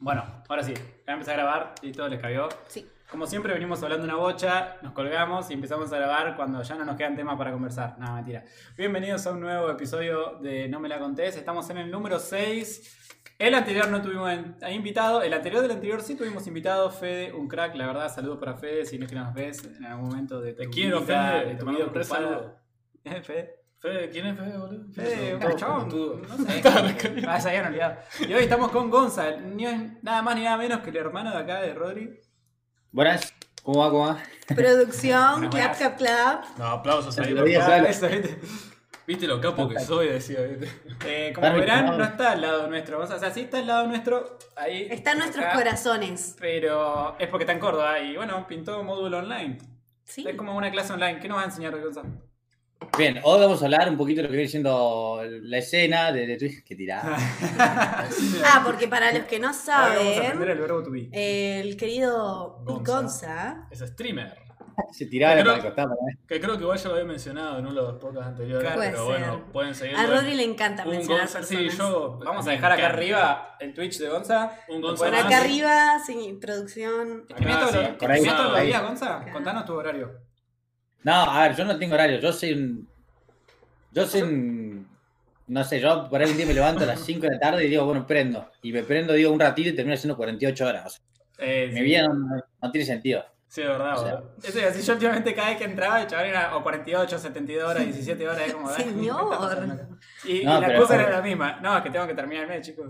Bueno, ahora sí, ya empecé a grabar y todo les cabió. Sí. Como siempre venimos hablando una bocha, nos colgamos y empezamos a grabar cuando ya no nos quedan temas para conversar. Nada, mentira. Bienvenidos a un nuevo episodio de No me la contés. Estamos en el número 6. El anterior no tuvimos en- a invitado, el anterior del anterior sí tuvimos invitado, Fede, un crack, la verdad, saludos para Fede, si no es que nos ves en algún momento de tu Te quiero, vida, Fede, de te tu mando vida un re ocupada. saludo. Eh, Fede. Fede, ¿quién es Fede, boludo? Eh, Todo cachón. pelotudo. No sé. Ah, se habían olvidado. Y hoy estamos con Gonza, ni es- nada más ni nada menos que el hermano de acá de Rodri. Buenas, ¿cómo va? ¿Cómo va? Producción, Bueno, buenas. clap, clap, clap. No, aplausos ahí. Lo vi. por favor. Ah, claro. eso, ¿viste? ¿Viste lo capo que soy? Decía, ¿viste? Eh, como Está verán, retirado. no está al lado nuestro. Gonza. O sea, sí está al lado nuestro. Ahí. Están nuestros acá, corazones. Pero es porque está en Córdoba y bueno, pintó módulo online. Sí. Es como una clase online. ¿Qué nos va a enseñar Gonza? Bien, hoy vamos a hablar un poquito de lo que viene siendo la escena de, de Twitch. Qué tirada. Ah, porque para los que no Ahora vamos a aprender saben, el verbo to be. Eh, el querido Gonza. Gonza. Es streamer. Se tiraba la Pero- para el costado. ¿eh? Que creo que igual ya lo había mencionado en uno de los podcasts anteriores. Puede pero ser. bueno, pueden seguirlo. A en Rodri le encanta un mencionar Gonza- Sí, personas. yo. Vamos a me dejar acá encanta. arriba el Twitch de Gonza. Un Gonza Por Bueno, acá más. arriba, sin producción. ¿Streameas Ah, todos sí, los- por ahí, streameas todos por los ahí. días, Gonza? Contanos tu horario. No, a ver, yo no tengo horario. Yo soy un. Yo soy un. No sé, yo por ahí un día me levanto a las 5 de la tarde y digo, bueno, prendo. Y me prendo, digo, un ratito y termino haciendo 48 horas. O sea, Eh, mi sí. vida no, no- no tiene sentido. Sí, de verdad, O sea, boludo. Eso es así, yo últimamente cada vez que entraba, el chaval era o 48, 72 horas, 17 horas, es como... dale, ¿qué está pasando acá? Señor. Y, y No, la pero- excusa era la misma. No, es que tengo que terminar el mes, chicos.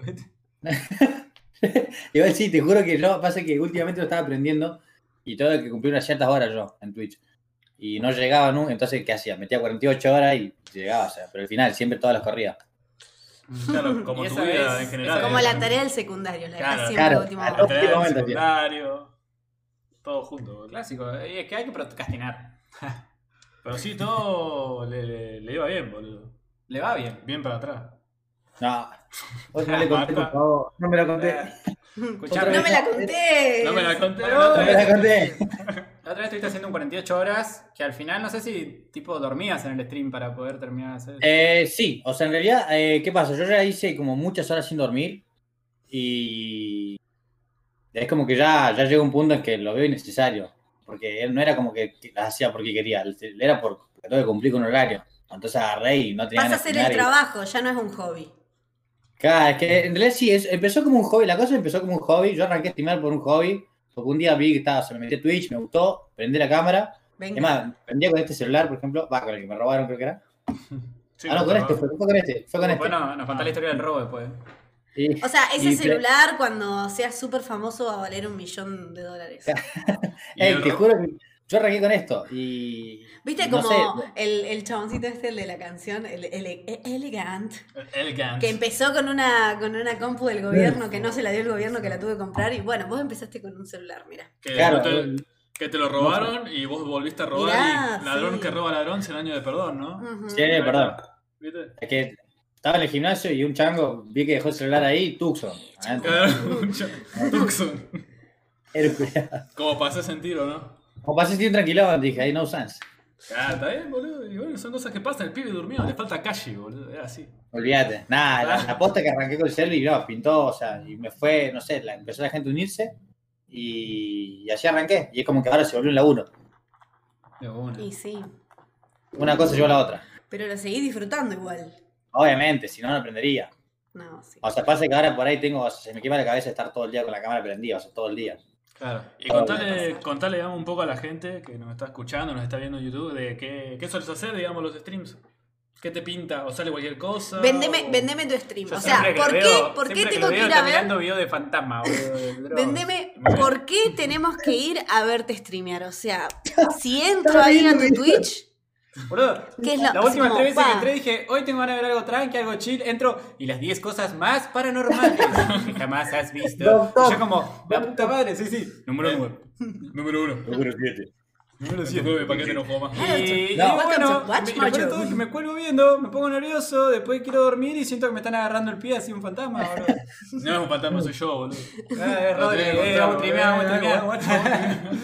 Igual sí, te juro que yo, pasa que últimamente lo estaba aprendiendo y todo que cumplir unas ciertas horas yo en Twitch. Y no llegaba nunca, entonces, ¿qué hacía? Metía 48 horas y llegaba, o sea, pero al final siempre todas las corría. Claro, como Y tu esa vida es- en general. Como la ¿no? tarea del secundario, la Claro, dejas siempre claro. a última Claro. La hora. tarea del Últimamente, sí. secundario. Todo junto, boludo. Clásico, eh, es que hay que procrastinar. Pero sí, todo le, le- le iba bien, boludo. Le va bien. Bien para atrás. No. Vos no le conté, por favor. No me lo conté. Escuchame, No me la conté. No me la conté Bueno, la otra No me vez. la conté. la otra vez estuviste haciendo un 48 horas, que al final no sé si tipo dormías en el stream para poder terminar de hacer... Eh, sí, o sea, en realidad, eh, ¿qué pasa? Yo ya hice como muchas horas sin dormir y es como que ya, ya llega un punto en que lo veo innecesario, porque él no era como que las hacía porque quería, era por- porque tengo que cumplir con horario. Entonces agarré y no tenía Vas a ganas de hacer el cenar y- trabajo, ya no es un hobby. Claro, es que en realidad sí, es- empezó como un hobby, la cosa empezó como un hobby, yo arranqué a streamear por un hobby, porque un día vi que estaba, se me metí a Twitch, me gustó, prendí la cámara, es Venga. más, prendía con este celular, por ejemplo, va, con el que me robaron creo que era. Sí, ah, pero no, con este, trabajo. fue, fue con este, fue con este. Bueno, nos contá la historia del robo después. Y- O sea, ese y- celular cuando seas súper famoso va a valer un millón de dólares. Y Ey, el te ro- juro que yo arranqué con esto y. ¿Viste y no como sé, el, el chaboncito este, el de la canción, el, ele- e- elegant, Elegant. que empezó con una, con una compu del gobierno que no se la dio el gobierno, que la tuve que comprar, y bueno, vos empezaste con un celular, mira. Que, Eh, Claro, no te, el- que te lo robaron y vos volviste a robar. Mirá, y ladrón sí. Ah. que roba ladrón, 100 años de perdón, ¿no? Ujú. Sí, perdón. ¿Viste? Es que estaba en el gimnasio y un chango vi que dejó el celular ahí, Tucson. adentro. Claro, mucho. Tucson. Era cuidado. Como pasé a sentir, ¿o no? O pasé sin tranquilón, dije, ahí no usans. Ah, está bien, boludo. Y bueno, son cosas que pasan. El pibe durmió, le falta calle, boludo. Era así. Olvídate. Nada, la, la posta que arranqué con el celular y no, pintó, o sea, y me fue, no sé, la- empezó la gente a unirse y, y así arranqué. Y es como que ahora se volvió un laburo. De una. Y sí, Una cosa llevó a la otra. pero lo seguí disfrutando igual. Obviamente, si no, no aprendería. No, sí. Ah. O sea, pasa que ahora por ahí tengo, o sea, se me quema la cabeza estar todo el día con la cámara prendida, o sea, todo el día. Claro. Y contale, contale, digamos, un poco a la gente que nos está escuchando, nos está viendo en YouTube, de qué, qué sueles hacer, digamos, los streams. ¿Qué te pinta? ¿O sale cualquier cosa? Vendeme, o- vendeme tu stream. Yo O sea, siempre que ¿por lo qué, veo- ¿por qué siempre tengo lo que veo ir a está ver? mirando video de fantasma, boludo, de drogas. Vendeme, Muy bien. ¿por qué tenemos que ir a verte streamear? O sea, si entro ahí a tu Twitch, Boludo, ¿qué es lo la última como, tres veces pa. que entré dije, hoy tengo ganas de ver algo tranqui, algo chill, entro y las 10 cosas más paranormales que jamás has visto. Y yo como, la puta madre, sí, sí. Número uno. Número uno. Número siete. ¿Para qué te enojo más? Y, y No. bueno, Welcome to Watch me- y lo peor de Mojo. todo es que me cuelgo viendo, me pongo nervioso, después quiero dormir y siento que me están agarrando el pie así un fantasma, boludo. No es un fantasma, soy yo, boludo. Ah, eh, Rodri, Lo tenía que eh, contar, vamos a trimear, vamos a boludo. trimear, guacho, guacho.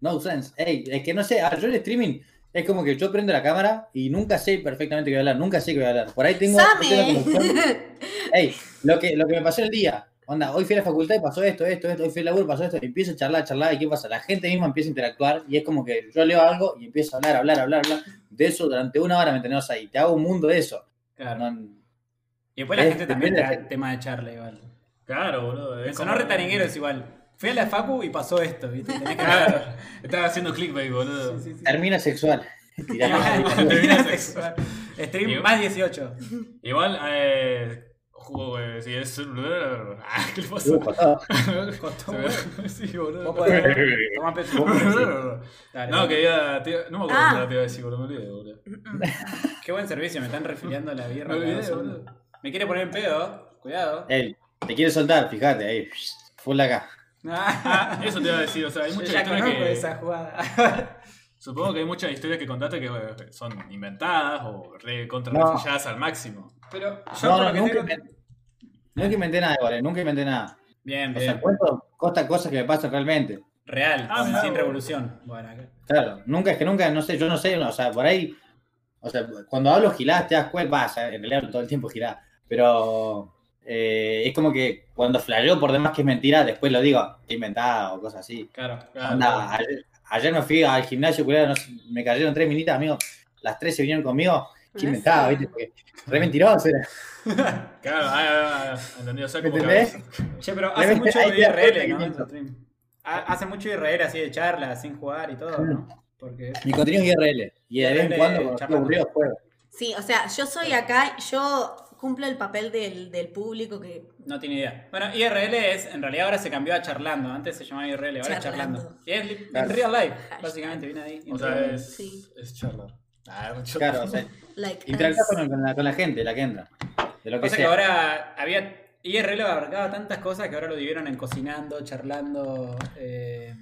No sense. Ey, es que no sé, a- yo el streaming es como que yo prendo la cámara y nunca sé perfectamente qué voy a hablar, nunca sé qué voy a hablar. Por ahí tengo. no tengo ¡Same! conducción. Ey, lo que, lo que me pasó el día, Onda, hoy fui a la facultad y pasó esto, esto, esto, hoy fui al laburo y pasó esto. Y empiezo a charlar, charlar, ¿y qué pasa? La gente misma empieza a interactuar y es como que yo leo algo y empiezo a hablar, hablar, hablar, hablar. De eso durante una hora, ¿me entendés? O sea, y te hago un mundo de eso. Claro. No- Y después la Es- gente también te depende de Eh, la da tema de charla igual. Claro, boludo. En es Sonor como- Retaringuero es igual. Fui a la Facu y pasó esto, ¿viste? Tenés que Claro. Estás haciendo clickbait, boludo. Sí, sí, sí. Termina sexual. Tirá. Termina sexual. Stream Digo- más 18. Igual, eh. Juego, eh, si es. Ah, ¿Qué le pasó? Dibujo todo. Costó Se un huevo. me- sí, boludo. Vos podés- Tomá pecho. Dale, No, dale. que iba. te iba- No me acuerdo Ah. qué te iba a decir, boludo. Me olvidé, boludo. Qué buen servicio, me están refiriendo la Me birra. cada dos olvidé, segundos. boludo. Me quiere poner en pedo, cuidado. Ey, te quiero soltar, fíjate, ahí. Full acá. Ah, Eso te iba a decir, o sea, hay yo muchas ya historias conozco que. esa jugada. Supongo que hay muchas historias que contaste que bueno, son inventadas o re contra No. refugiadas al máximo. Pero yo No, por no, lo que nunca, tengo- inven- nunca inventé nada, igual, eh, nunca inventé nada. Bien, O sea, bien. cuento cosas, cosas que me pasan realmente. Real, Ah, sin- mirá, sin vos. revolución. Bueno, acá. Claro, nunca, es que nunca, no sé, yo no sé, no, o sea, por ahí, o sea, cuando hablo gilás, te das cuenta, va, o sea, en realidad hablo todo el tiempo gilás, pero eh, es como que cuando flasheo por demás que es mentira, después lo digo, que inventada o cosas así. claro. Onda, ayer, ayer me fui al gimnasio, culero, no sé, me cayeron tres minitas, amigo, las tres se vinieron conmigo, que inventaba, viste, porque re mentiroso era. Claro, ah, ah, ah, entendido, o sea, ¿Me como que a entendés? veces- Che, pero Ahí hace te- mucho ahí te das cuenta IRL, que ¿no? En miento. tu stream. Ha- Hace mucho IRL así de charla, sin jugar y todo, ¿no? Porque es- Mi contenido es IRL, y de vez en IRL, cuando, cuando estoy charlando. aburrido, juego. Sí, o sea, yo soy acá, yo cumplo el papel del, del público que. no tiene idea. Bueno, IRL es, en realidad ahora se cambió a charlando. Antes se llamaba IRL, ahora es Charlando. charlando. Y es li- Claro. real life, básicamente, viene ahí. O sea, es, Sí. es charlar. Ah, no, yo- Claro, o sea, Like interactúa us. con, con la, con la gente, la que entra, de lo que Pasa que sea. ahora había. IRL abarcaba tantas cosas que ahora lo dividieron en cocinando, charlando, eh,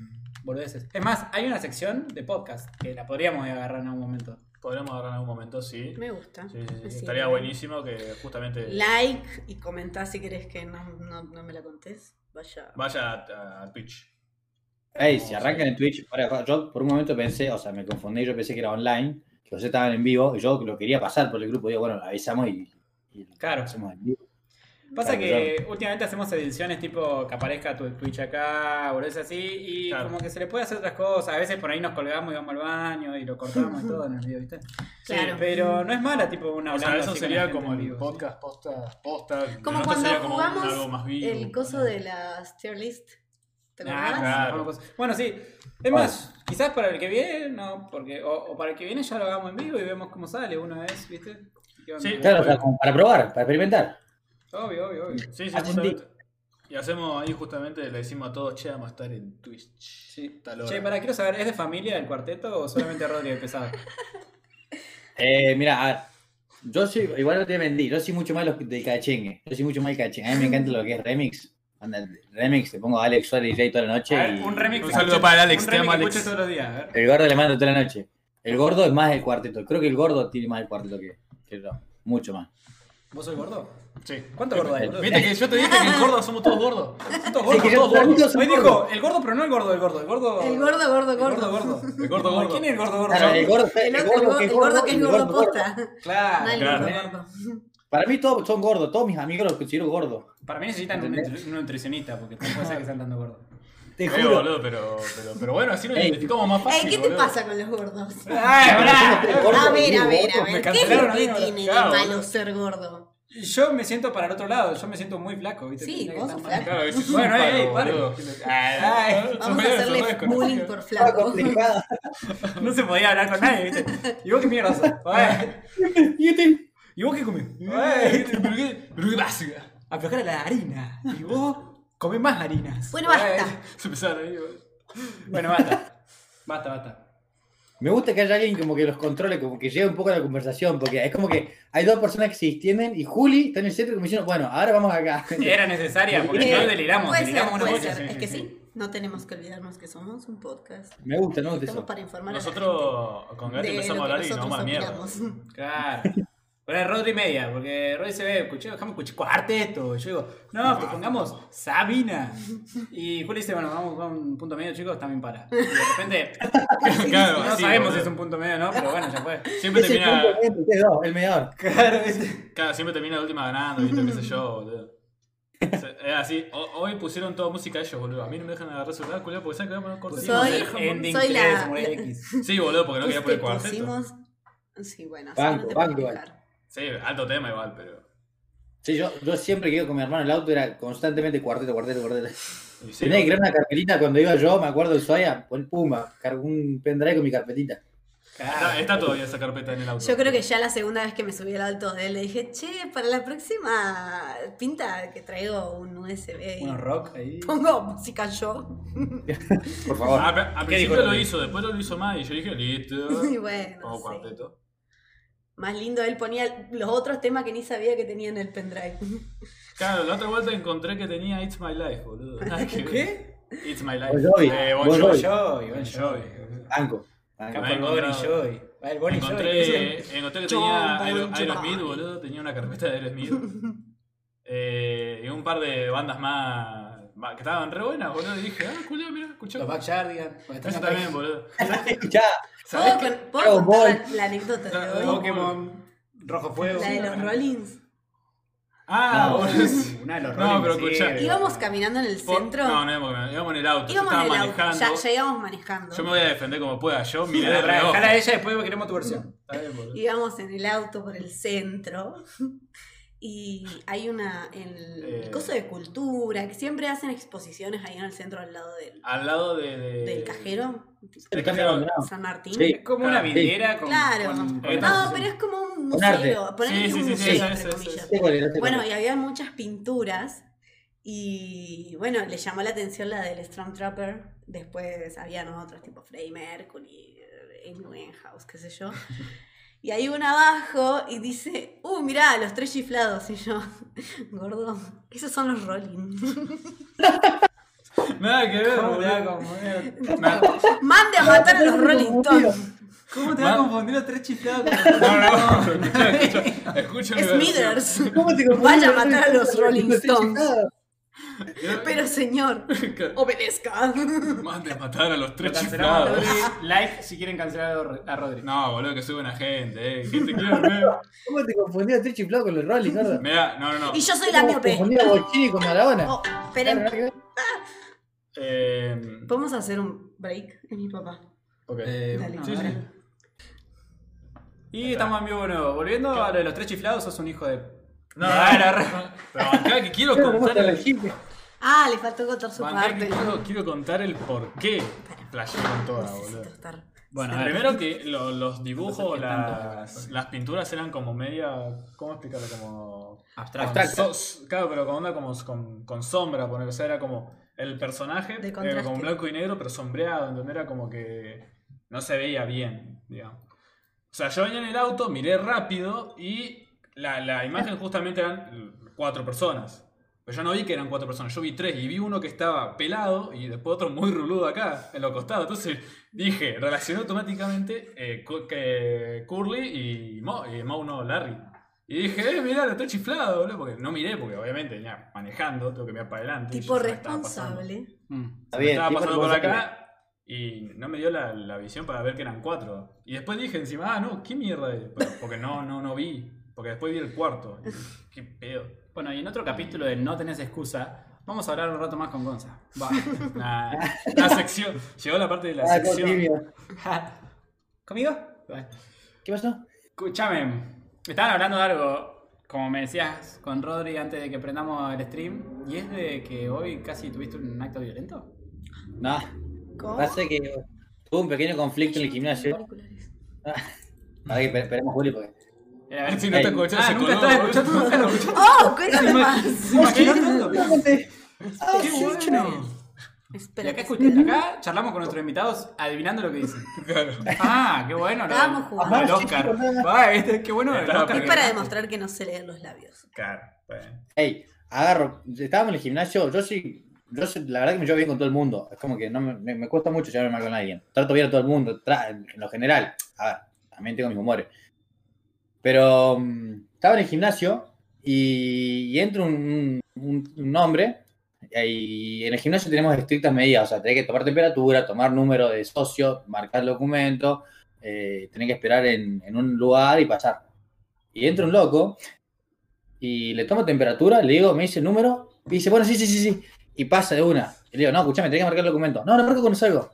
boludeces. Es más, hay una sección de podcast que la podríamos agarrar en algún momento. Podríamos hablar en algún momento, sí. Me gusta. Sí, sí, sí, Sí. Estaría buenísimo que justamente Like y comentá si querés que no, no, no me la contés. Vaya. vaya a, a Twitch. Ey, si arrancan en Twitch, ahora, yo por un momento pensé, o sea, me confundí, yo pensé que era online, que ustedes estaban en vivo, y yo lo quería pasar por el grupo, digo, bueno, avisamos y, y lo Claro. hacemos en vivo. Pasa Claro, que últimamente hacemos ediciones tipo que aparezca tu Twitch acá, boludeces así, y Claro. como que se le puede hacer otras cosas. A veces por ahí nos colgamos y vamos al baño y lo cortamos y todo en el video, ¿viste? Claro. Pero no es mala, tipo una O sea, hablando eso así con sería la gente como en el vivo, ¿sí? podcast posta, posta. Como el otro cuando sería un- jugamos algo más vivo. El coso de las tier list. ¿Te Ah, acordás? claro. Bueno, sí. Es más, quizás para el que viene, no, porque, o, o para el que viene ya lo hagamos en vivo y vemos cómo sale una vez, ¿viste? ¿Qué onda? Sí. Claro, o sea, como para probar, para experimentar. Obvio, obvio, obvio. Sí, sí, Hace justamente. Y hacemos ahí justamente, le decimos a todos, che, vamos a estar en Twitch. Sí. Tal hora. Che, para, quiero saber, ¿es de familia el cuarteto o solamente Rodri de pesado? Eh, mira, a ver, yo soy, igual no te vendí, yo soy mucho más los- del cachengue, yo soy mucho más del cachengue, a mí me encanta lo que es remix, Anda, el remix, te pongo a Alex Suárez y Jay toda la noche. A ver, y- un remix. Un que saludo escuche- para Alex, un te remix amo, que Alex. escuche todos los días, a ver. El gordo le manda toda la noche. El gordo es más del cuarteto. Creo que el gordo tiene más el cuarteto que, que yo. Mucho más. ¿Vos sos gordo? Sí. ¿Cuánto gordo hay, boludo? Viste que yo te dije que en Córdoba somos todos gordos. Son todos Sí, gordos, que yo- todos gordos. son Hoy gordos. dijo el gordo, pero no el gordo del gordo. El gordo. El gordo, gordo, El gordo, gordo. gordo. El gordo, gordo. ¿Quién es el gordo, gordo? Claro, el gordo, El, otro, el el gordo gordo, que es que y es el gordo gordo, posta. Claro, No, el claro. gordo, gordo. Para mí todos son gordos. Todos mis amigos los considero gordos. Para mí necesitan un, ¿Entendés? nutri- un nutricionista porque tampoco sé que están dando gordo. Te Eh, juro. boludo, pero, pero, pero bueno, así nos Ey. identificamos más fácil. Ey, ¿qué te boludo. pasa con los gordos? Somos gordos, Ah, A ver, a gordos, ver, a gordos. me ver. ¿Qué es cancelaron lo a que mí, tiene de claro, malo boludo. ser gordo? Yo me siento para el otro lado, yo me siento muy flaco, ¿viste? Sí, Tendría que vos estar sos más- Claro, es Bueno, un ey, ey, palo, paren. boludo. Ay, Ay, son Vamos a medios, son medios hacerle conocidos. bullying por Estaba flaco. complicado. No se podía hablar con nadie, ¿viste? ¿Y vos qué mierda sos? Ay, Y este- ¿Y vos qué comés? Ay, Ay, pero qué, pero qué pasa. Aflojar la harina. ¿Y vos? Comés más harinas. Bueno, basta. Se empezaron ahí, boludo. Bueno, basta. Basta, basta. Me gusta que haya alguien como que los controle, como que lleve un poco a la conversación, porque es como que hay dos personas que se extienden y Juli está en el centro como diciendo, bueno, ahora vamos acá. Era necesaria porque Eh, no deliramos, Puede deliramos ser, una puede bocha, ser. Es que sí, no tenemos que olvidarnos que somos un podcast. Me gusta, me gusta Estamos eso. para informar a Nosotros con la gente Gati de empezamos lo a que hablar y no nosotros más mierda. opinamos. Claro. Bueno, es Rodri media, porque Rodri se ve, escuché, dejame escuchar cuarte esto. Y Yo digo, no, que pongamos Sabina. Y Julio dice, bueno, vamos con un punto medio, chicos, también para. Y de repente, Claro, no sí, sabemos boludo. si es un punto medio, ¿no? Pero bueno, ya fue. Siempre Ese termina, punto medio, ustedes dos, el mejor. Claro, ¿viste? claro, siempre termina la última ganando, ¿viste? qué sé yo, boludo. Es así, ho- hoy pusieron toda música ellos, boludo. A mí no me dejan agarrar el celular, culiao, porque saben que voy a poner cortesía. Soy- ending soy 3, la- Samurai X. Sí, boludo, porque no quería Pus- poner que cuarteto. pusimos- Sí, bueno, así Banco, no te banco puedo igual. quejar. Sí, alto tema igual, pero. Sí, yo, yo siempre que iba con mi hermano en el auto era constantemente cuarteto, cuarteto, cuarteto. y sí, Tenía que crear una carpetita cuando iba yo, me acuerdo de Ushuaia, pon pumba, cargo un pendrive con mi carpetita. Está, Claro. está todavía esa carpeta en el auto. Yo creo que ya la segunda vez que me subí al auto de él le dije, che, para la próxima pinta que traigo un USB Unos y rock ahí. pongo música yo. Por favor. Ah, pero ¿Qué al dijo principio lo Rodri? hizo, después lo hizo más y yo dije, listo. Y bueno, Como sí. cuarteto. Más lindo, él ponía los otros temas que ni sabía que tenía en el pendrive. Claro, la otra vuelta encontré que tenía It's My Life, boludo. Nada que ver. ¿Qué? It's My Life. Bon Jovi, Eh, Bon Bon Bon Jovi. Jovi. Joy, Bon Joy. Joy. Banco. banco. Capaz Me ha Bonnie encontrado. Joy. Ah, El Bonnie Joy. ¿qué Encontré, es encontré que John tenía Bon Aero- Jovi. Aerosmith, boludo. Tenía una carpeta de Aerosmith. Eh, y un par de bandas más más- que estaban re buenas, boludo. Y dije, ah, culiao, mira, eso? escuchá. Los Backyardigan. Eso también, boludo. Ya, ¿Sabés ¿Puedo, qué? con- ¿puedo Dragon contar Ball. la, la anécdota de hoy? Pokémon. Rojo Fuego. La de los Rollins. Ah, No. boludo. Una de los No, Rollins, pero sí, escuchá. pero- Íbamos caminando en el Por- centro. No, no íbamos caminando, íbamos en el auto. íbamos yo en estaba el auto. manejando. Ya, ya íbamos manejando. Yo me voy a defender como pueda. Yo miré de Pará, pará, reojo. Dejala a ella y después queremos tu versión. Está bien, boludo. Íbamos en el auto por el centro. Y hay una. El, el Eh. coso de cultura. Que siempre hacen exposiciones ahí en el centro al lado del, Al lado de, de- del cajero. el cambio de Ah, abandonado. San Martín. Sí. Es como una Claro. vidriera con. Claro. con- con- No, pero es como un Con arte. museo. Ponerle Sí, sí, un sí, sí, museo, esa, entre esa, esa, comillas. esa. sé cuál era, sé cuál Bueno, era. y había muchas pinturas. Y bueno, le llamó la atención la del Stormtrooper. Después habían otros tipo Freddie Mercury, eh, Amy House, qué sé yo. Y hay una abajo y dice, uh, mirá, los tres chiflados. Y yo, gordo, esos son los Rolling. Nada que ver, ¿Cómo te va a boludo. confundir? Nada- Mande a matar a los Rolling Stones. ¿Cómo te va a Ma- confundir los tres chiflados No, no, no. Escucha, escucha. Escucha mi versión. Smithers. ¿Cómo te confundí? Vaya a matar a los Rolling Stones. Yo- Pero señor, que- obedezca. Mande a matar a los Lo tres cancelamos a chiflados. Rodri. Like si quieren cancelar a Ro- a Rodri. No, boludo, que soy buena gente, eh. ¿Qué te quiero ver? ¿Cómo te confundí a Trichi Flau con los Rolling, gordo? Mira, no, no, no. Y yo soy la ¿Cómo te miope. confundí a Bochini con Maradona? Oh, esperen, Claro, nada que ver. Eh, ¿Podemos hacer un break? Es mi papá. ok. Eh, Dale. no, Sí, dale. sí. Y estamos en vivo de nuevo. Volviendo a lo de los tres chiflados, sos un hijo de. No, Ah, no, la no, re- no. Pero acá que quiero Claro, ¿cómo contar está la el, gente? Ah, le faltó contar su bancá que parte. quiero, quiero contar el porqué. Flashé con toda, Necesito boludo. estar. Bueno, a ver. Primero que lo- los dibujos, No sé qué tanto las, las pinturas eran como media. ¿Cómo explicarlo? Como. Abstracto. Abstracto. So- s- claro, pero con onda como s- con, con sombra, poner, o sea, era como el personaje De eh, contraste. con blanco y negro, pero sombreado, donde era como que no se veía bien, digamos. O sea, yo venía en el auto, miré rápido y la, la imagen justamente eran l- cuatro personas. Pero yo no vi que eran cuatro personas, yo vi tres y vi uno que estaba pelado y después otro muy ruludo acá, en los costados. Entonces dije, relacioné automáticamente eh, Cu- que- Curly y Mo, y Mau no, Larry. Y dije, eh, mirá, lo estoy chiflado, boludo, porque no miré, porque obviamente venía manejando, tengo que mirar para adelante. y Tipo yo me estaba pasando. responsable. Mm. Está Me bien, estaba tipo pasando por responsable. acá y no me dio la, la visión para ver que eran cuatro. Y después dije encima, ah, no, qué mierda es. Pero- Porque no, no, no vi. Porque después vi el cuarto. Y dije, qué pedo. Bueno, y en otro capítulo de No tenés excusa, vamos a hablar un rato más con Gonza. Va. Nah, Ah. la sección. Llegó la parte de la Ah, qué sección. tibio. ¿Conmigo? ¿Qué pasó? Escúchame, estaban hablando de algo, como me decías con Rodri antes de que prendamos el stream, y es de que hoy casi tuviste un acto violento. No, ¿Cómo? pasa que tuve un pequeño conflicto en el gimnasio. Ahora que esperemos, Juli, porque. Era A ver si no te escuchás, Ah, se nunca coló, estaba boludo. escuchando, nunca lo escuchaste. ¡Oh! ¡Cuéntame más! ¿Se imaginó todo? ¡Qué ¡Qué bueno! Y Espera, acá, que escuché- acá charlamos con nuestros invitados adivinando lo que dicen. Claro. Ah, qué bueno. lo- Estábamos jugando. Ah, el Oscar. Va, ¿viste? Qué bueno. el Estaba Oscar. Es para demostrar que no se leen los labios. Claro, está bien. Ey, agarro. Estábamos en el gimnasio. Yo sí. Yo sí, la verdad que me llevo bien con todo el mundo. Es como que no me, me- me cuesta mucho llevarme mal con alguien. Trato bien a todo el mundo, tra- en lo general. A ver, también tengo mis humores. Pero mm, estaba en el gimnasio y, y entra un, un- un hombre. Y en el gimnasio tenemos estrictas medidas. O sea, tenés que tomar temperatura, tomar número de socio, marcar documento, eh, tenés que esperar en, en un lugar y pasar. Y entra un loco y le tomo temperatura, le digo, me dice el número Y dice, bueno, sí, sí, sí, sí. Y pasa de una. Y le digo, no, escuchame, tenés que marcar el documento. No, no marco cuando salgo.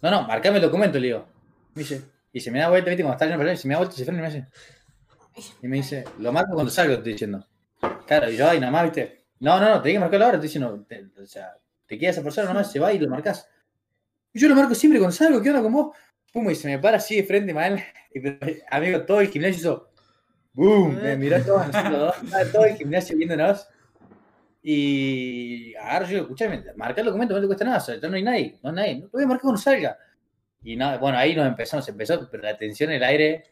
No, no, marcame el documento, le digo. Me dice, y se me da vuelta, viste, cuando está lleno de personas, se me da vuelta, se frena y me hace. Y me dice, lo marco cuando salgo, te estoy diciendo. Claro, y yo, ay, nada más, viste. No, no, no, tenés que marcarlo ahora, te estoy diciendo. te- o sea, te queda esa persona nomás, se va y lo marcas. Y yo lo marco siempre cuando salgo, ¿qué onda con vos? Pum, y se me para así de frente, mal. Y, amigo, todo el gimnasio hizo. ¡Boom! Me miró todo, todo el gimnasio viéndonos. Y ahora yo digo, escuchame, marcar el documento no te cuesta nada, o sea, ya no hay nadie, no hay nadie, no te voy a marcar cuando salga. Y nada, bueno, ahí nos empezamos, empezó, pero la tensión en el aire.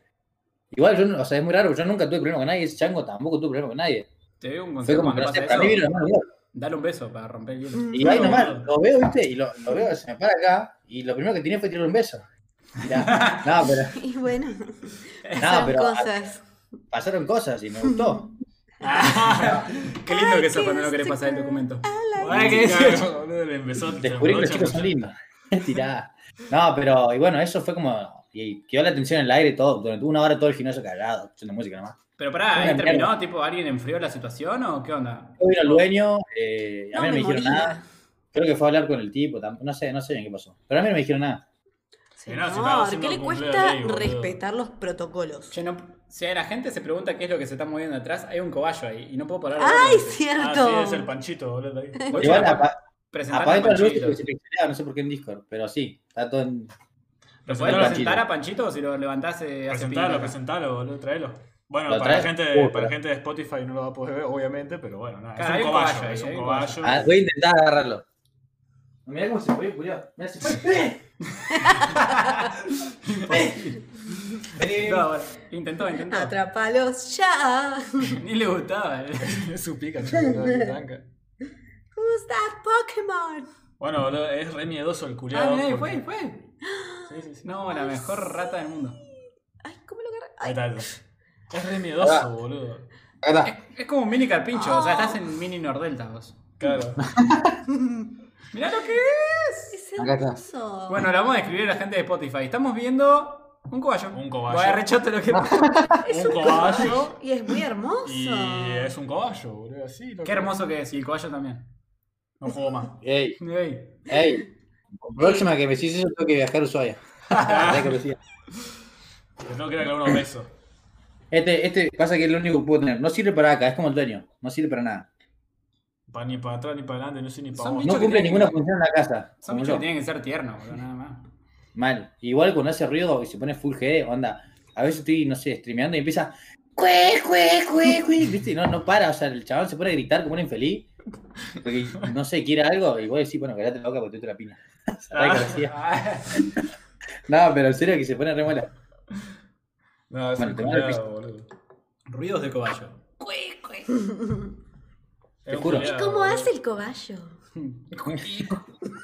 Igual, yo, no- o sea, es muy raro, yo nunca tuve problema con nadie, ese chango tampoco tuve problema con nadie. Te digo un Fue consejo como que cuando no sé, pasa para mí vino eso. la mano de Dios. Dale un beso para romper el hielo. Y ahí Claro, nomás, boludo. lo veo, viste, y lo, lo veo, se me para acá, y lo primero que tenía fue tirar un beso. Mirá, no, pero Y bueno, No, pasaron pero- cosas. pasaron cosas y me gustó. Qué lindo Ay, que eso qué cuando no querés este pasar el documento. Ay, qué claro, boludo, le empezó- se Descubrí que los abrocha chicos son mucho. lindos. Tirá. No, pero, y bueno, eso fue como. Y quedó la atención en el aire todo, durante una hora todo el gimnasio callado, escuchando música nomás. Pero pará, Una ¿ahí mierda. terminó? ¿Tipo alguien enfrió la situación o qué onda? Yo vino al dueño, eh, a No, mí no me, me dijeron moría. nada. Creo que fue a hablar con el tipo, tam- no sé, no sé bien qué pasó. Pero a mí no me dijeron nada. Mirá, si estaba Señor, haciendo ¿qué le cumpleaños cuesta ahí, boludo? respetar los protocolos? Che, no, si la gente se pregunta qué es lo que se está moviendo atrás, hay un cobayo ahí y no puedo parar. de ¡Ay, verlo. Ah, cierto! sí, es el panchito, boludo. ahí. Vos, Igual Chapa, apa- presentar apagué a todas las luces Panchito. porque se pixelaba, no sé por qué en Discord, pero sí, está todo en. ¿Lo podés Presentalo, Panchito. presentar a Panchito o si lo levantás eh, hace Presentalo, pibita? presentalo, boludo, traelo. Bueno, ¿Lo para, la traes? gente, Uh, para pero- gente de Spotify no lo va a poder ver, obviamente, pero bueno, nada. Claro, hay es un un cobayo cobayo, ahí, es hay un un cobayo. Ah, voy a intentar agarrarlo. Mirá cómo se movió, Julio. Mirá, se fue. Vení, No, bueno, intentó, intentó. Atrapalos ya. Ni le gustaba. eh. Su pica, chico, Who's that Pokémon? Bueno, boludo, es re miedoso el Ah, culiado. mirá, y porque- fue, y fue. Sí, sí, sí. No, la mejor rata del mundo. Ay, ¿cómo lo agarré? Ahí Ay, está, ahí está. Es re Ah. miedoso, boludo. acá está. Es, es como un mini carpincho, o sea, estás en mini Nordelta vos. Claro. Mirá lo que es. es Acá está. hermoso. Bueno, lo vamos a escribir a la gente de Spotify. Estamos viendo un cobayo. Un cobayo. Voy a rechote lo que. es un cobayo Y es muy hermoso. y es un cobayo, boludo. Así, loco. Qué hermoso que es, y el cobayo también. No juego más. Ey, Ey. ey. Próxima que me decís eso, tengo que viajar a Ushuaia. Mirá que lo siga. Les tengo que ir a clavar unos besos. Este, este pasa que es lo único que puedo tener. No sirve para acá, es como el dueño. No sirve para nada. Pa- ni para atrás ni para adelante, no sé ni para Son dónde. bichos No cumple que tienen- ninguna función en la casa. Son como bichos yo. que tienen que ser tiernos, boludo, nada más. Mal. Igual cuando hace ruido y se pone full GD, onda. A veces estoy, no sé, streameando y empieza. Cue, cue, cue, cue. ¿Viste? No, no para. O sea, el chabón se pone a gritar como un infeliz. Porque no sé, quiere algo. Y vos decís, bueno, callate la boca porque te la pina. Ah. Re conocida. no, pero en serio que se pone re mala. No, es Bueno, un te mando el culiado, boludo. Ruidos de cobayo. Cue, cue. Es un juro. ¿Y culiado, cómo boludo. hace el cobayo?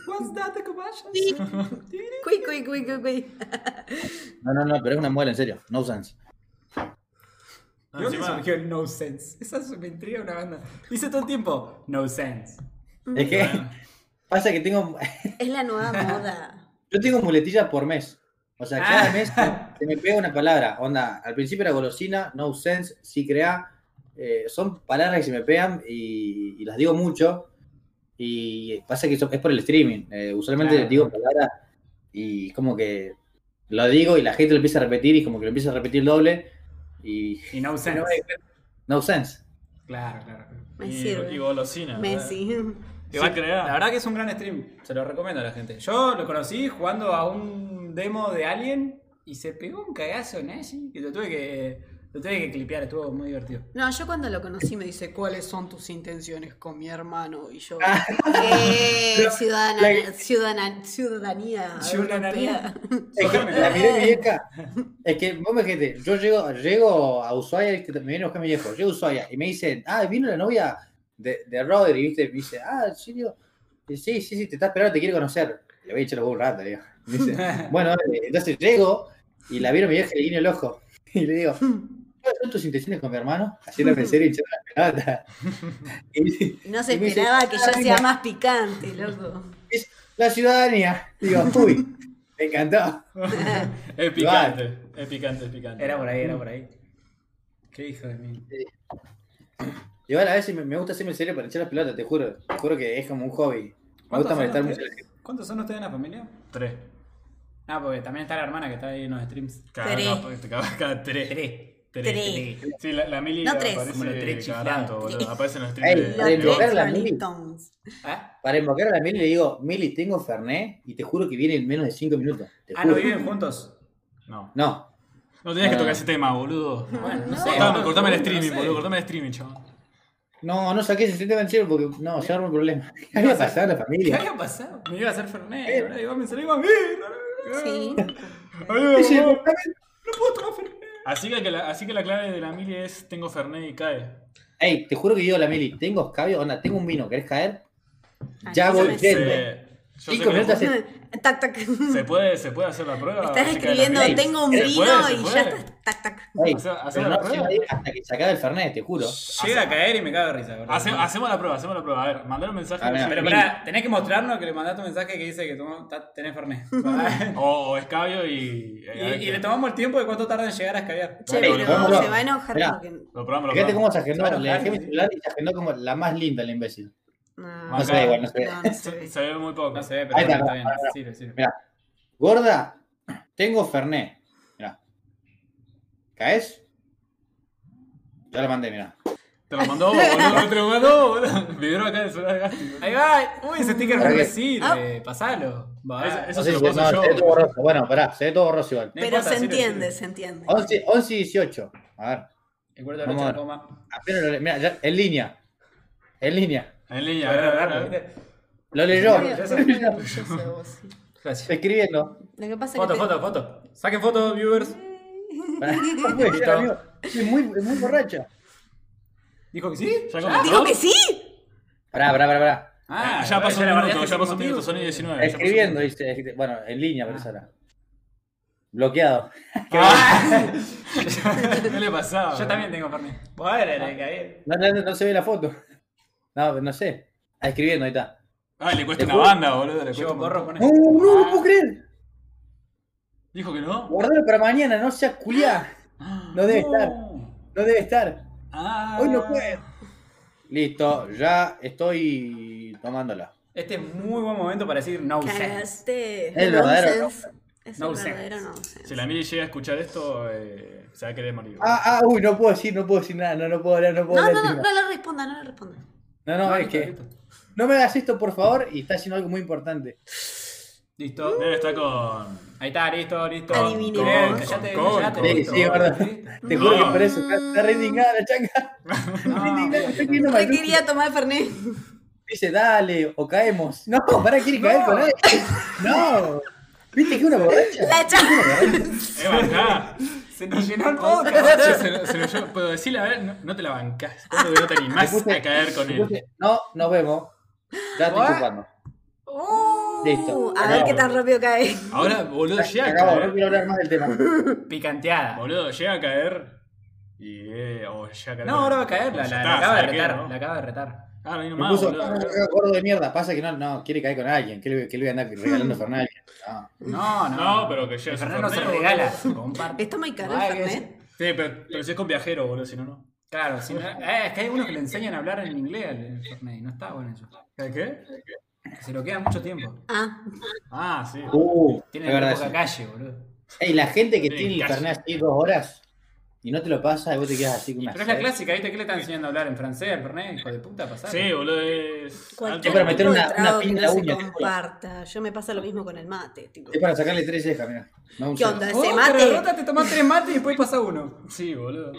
What's that, the cobayo? Ah, Cui, cui, cui, cui, cui. No, no, no, pero es una muela, en serio. No sense. ¿De dónde Encima- surgió el no sense? Esa es- me intriga una banda. Dice todo el tiempo, no sense. Es que pasa que tengo. Es la nueva moda. Yo tengo muletillas por mes. O sea, cada Ah. mes se- se me pega una palabra. Onda, al principio era golosina, no sense, sí crea. Eh, son palabras que se me pegan y, y las digo mucho. Y pasa que so- es por el streaming. Eh, usualmente Claro. digo palabras y como que lo digo y la gente lo empieza a repetir y como que lo empieza a repetir el doble. Y Y no sense. no, no sense. Claro, claro. Me y, sirve. y golosina. Messi. Se crea. La verdad que es un gran stream. Se lo recomiendo a la gente. Yo lo conocí jugando a un demo de Alien y se pegó un cagazo Nashi que lo tuve que, lo tuve que clipear. Estuvo muy divertido. No, yo cuando lo conocí me dice, ¿cuáles son tus intenciones con mi hermano? Y yo, Ah. "Eh, No, ciudadana- la- ciudadana- ciudadanía Ciudadanía. europea". Es que la miré a mi vieja. Es que vos me dijiste, yo llego, llego a Ushuaia, viste, me viene a buscar mi viejo, llego a Ushuaia y me dicen, ah, vino la novia de, de Rodri, viste, me dice, ah, ¿en serio? Y Sí, sí, sí, te está esperando, te quiere conocer. Le voy a echar los huevos un rato, le digo. Me dice, bueno, dale. entonces llego y la vieron mi vieja y le guiño el ojo. Y le digo, ¿cuáles son tus intenciones con mi hermano? Haciéndome en serio y echando la pelota. Y- No se Y me dice, esperaba que yo "Ah, sea venga". más picante, loco. es la ciudadanía. Digo, uy, me encantó. Es picante, es picante, es picante. Era por ahí, era por ahí. Qué hijo de mí. Igual a veces me, me gusta hacerme serio para echar las pelotas, te juro. Te juro que es como un hobby. Me gusta ¿Cuántos molestar son mucho. ustedes? ¿Cuántos son ustedes en la familia? Tres. Ah, porque también está la hermana que está ahí en los streams. Cada, Tres. cada- cada- cada tres. Tres. Tres. Tres. Sí, la, la Mili No tres. aparece Como los tres cada chiflados. tanto, boludo. Tres. Aparece en los Ey, streams de- Para Los invocar a la tres Mili. Rolitons. ¿Ah? Para invocar a la Mili le digo, Mili, tengo Fernet y te juro que viene en menos de 5 minutos. Te Ah, ¿no juro. viven juntos? No. No. No tenías que Ah. tocar ese tema, boludo. Bueno, no, No. sé. Cortame, No, cortame el no streaming, sé. boludo. Cortame el streaming, chaval. No, no saqué ese tema en serio porque no, se arma un problema. ¿Qué había pasado en la ¿Qué familia? había pasado? Me iba a hacer Eh. Fernet, ahora iba a me salió a mí. Sí. Ese- No puedo tomar Fernet. Así que, la, así que la clave de la Mili es tengo Fernet y cae. Ey, te juro que digo a la Mili, tengo escabio, onda, tengo un vino, ¿querés caer? Ah, Ya no voy, sabes. Se- Ven, eh, yo sé Cinco que- minutos hace- Tac, tac. ¿Se puede, ¿Se puede hacer la prueba? Estás Chica de la escribiendo, Mili? Netflix. tengo un ¿Se vino puede? ¿Se y puede? ya está. Tac, tac. Ey, Hace- hace pero la no se prueba. va a ir hasta que sacaba el Fernet, te juro. Llega a caer y me cago de risa, boludo. Hace- hacemos la prueba, hacemos la prueba. A ver, mandar un mensaje. A ver, Sí. Pero pará, tenés que mostrarnos que le mandaste un mensaje que dice que tomó- ta- tenés Fernet. Va. O, o escabio y. eh, a y, ver y qué- le tomamos el tiempo de cuánto tarda en llegar a escabiar. Che, Dale, pero vámonos. se va a enojar Mirá. porque. Lo probamos, lo Fíjate probamos. cómo se agendó, Claro, le dejé mi claro. celular y se agendó como la más linda el imbécil. No, No Acá. se ve igual, no se ve. no, no se Se, ve. se ve muy poco. No se ve, pero Ahí bueno, está, está pará, bien. pará. Sirve, sirve. Mirá. Gorda, tengo Fernet. Mirá. ¿Caes? Ya la mandé, mirá. Te lo mandó, boludo. Te lo mandó, boludo. Vibró acá en el celular Gasti. boludo. Ahí va. Uy, ese sticker no Pará me que- Ah. sirve. Pasalo. Va. Ese- ese- No Eso sé se si lo no, paso yo. se ve todo borroso. Bueno, pará, se ve todo borroso igual. No Pero importa, se sirve, entiende, sirve. se entiende. 11, 11 y 18. A ver. El cuarto de la Vamos leche a de ver. coma. Apenas lo le- Mirá, ya, en línea. En línea. En línea, a ver, a ver, a ver. Gracias. Lo leyó. Muy orgulloso de vos, sí. Escribiendo. Lo que pasa es Foto, que. te- foto, foto. Saquen foto, viewers. Pará, no puede ser, amigo. Es muy, es muy borracha. ¿Dijo que sí? Ya ¡Ah, comenzó. ¡Digo que sí! Pará, pará, pará, pará. Ah, ya bueno, pasó la un bardeaste minuto, ya sin pasó un motivo. minuto, son y 19. Ah, ya pasó un Escribiendo, minuto. dice. escri- Bueno, en línea, pero esa era. Bloqueado. Ah. ¿Qué le pasaba? Yo boludo? también tengo Fernet. Bueno, era de caer. No, no, no, no se ve la foto. No, no sé. Está escribiendo, ahí está. Ah, le cuesta Te una juro. banda, boludo. Le cuesta Llevo un porro, montón. pone. Oh, No, no, no puedo creer. Dijo que no. Guardalo para mañana, no seas culiá. No debe estar, no debe estar. Ah. Hoy no puede. Listo, ya estoy tomándola. Este es muy buen momento para decir no sense. Cagaste. Es el verdadero Nonsense. Es el Nonsense. verdadero nonsense. Si la Mili llega a escuchar esto, eh, se va a querer morir. Ah, ah, uy, no puedo decir, no puedo decir nada, no, no puedo hablar, no puedo No, hablar. no, no, no. no le responda, no le responda. No, no, es que. No me hagas esto, por favor, y está haciendo algo muy importante. ah. Listo. Debe estar con. Ahí está, listo, listo. Adivinemos. Eh, Callate, Con- callate. Sí, listo. sí, es verdad. Te juro No. que por eso está, está re indignada la chanca. Re indignada, estoy queriendo Yo matar. quería tomar Fernet. Dice, dale, o caemos. No, pará, quiere caer con él. No. ¿Viste que una borracha? La chapa. ¡Eh, bancá! Se nos llenó el Che, podcast. se, lo- se lo llevo. Pero decirle, a ver, no, no te la bancás. Tanto que no te animás Le puse- a caer con Le él. puse, No, nos vemos. Ya estoy What? chupando. Uh, Listo. A ver Acabo. qué tan rápido cae. Ahora, boludo, llega a Acabo, no caer. quiero hablar más del tema. Picanteada. Boludo, llega a caer. Y. Eh, o llega a caer. No, con- ahora va a caer. La, Ya la, está, la acaba de ¿sabes qué, retar. no? La acaba de retar. Ah, no, Me nomás, puso, boludo. "Ah, gordo de mierda. Pasa que no, no, quiere caer con alguien. ¿Qué le, qué le voy a andar regalando Fernández? No. No, no. No, pero que llegue El su Fernet no se Fernet, regala. se comparte. ¿Está muy caro Ah, el que es- Fernet? Sí, pero, pero si es con viajero, boludo, si no, no. Claro, si no- eh, es que hay unos que le enseñan a hablar en inglés al Fernet y no está bueno eso. ¿Qué? Se lo queda mucho tiempo. Ah, Ah, sí. Uh, Tiene es la verdad época eso. calle, boludo. Ey, la gente que Sí, tiene el casi. Fernández así dos horas y no te lo pasa y vos te quedas así con una. Pero es la sed. clásica, ¿viste? ¿Qué le están enseñando a hablar en francés al Fernet? Hijo de puta, pasar. Sí, boludo, es. cualquier para meter tipo de una- una trago que pinta no se uña, te juro. comparta. Yo me pasa lo mismo con el mate. tipo. Es para sacarle tres cejas, mirá. No, un ¿Qué solo. onda? Oh, Ese mate Rota, te tomás tres mates y después pasa uno. Sí, boludo.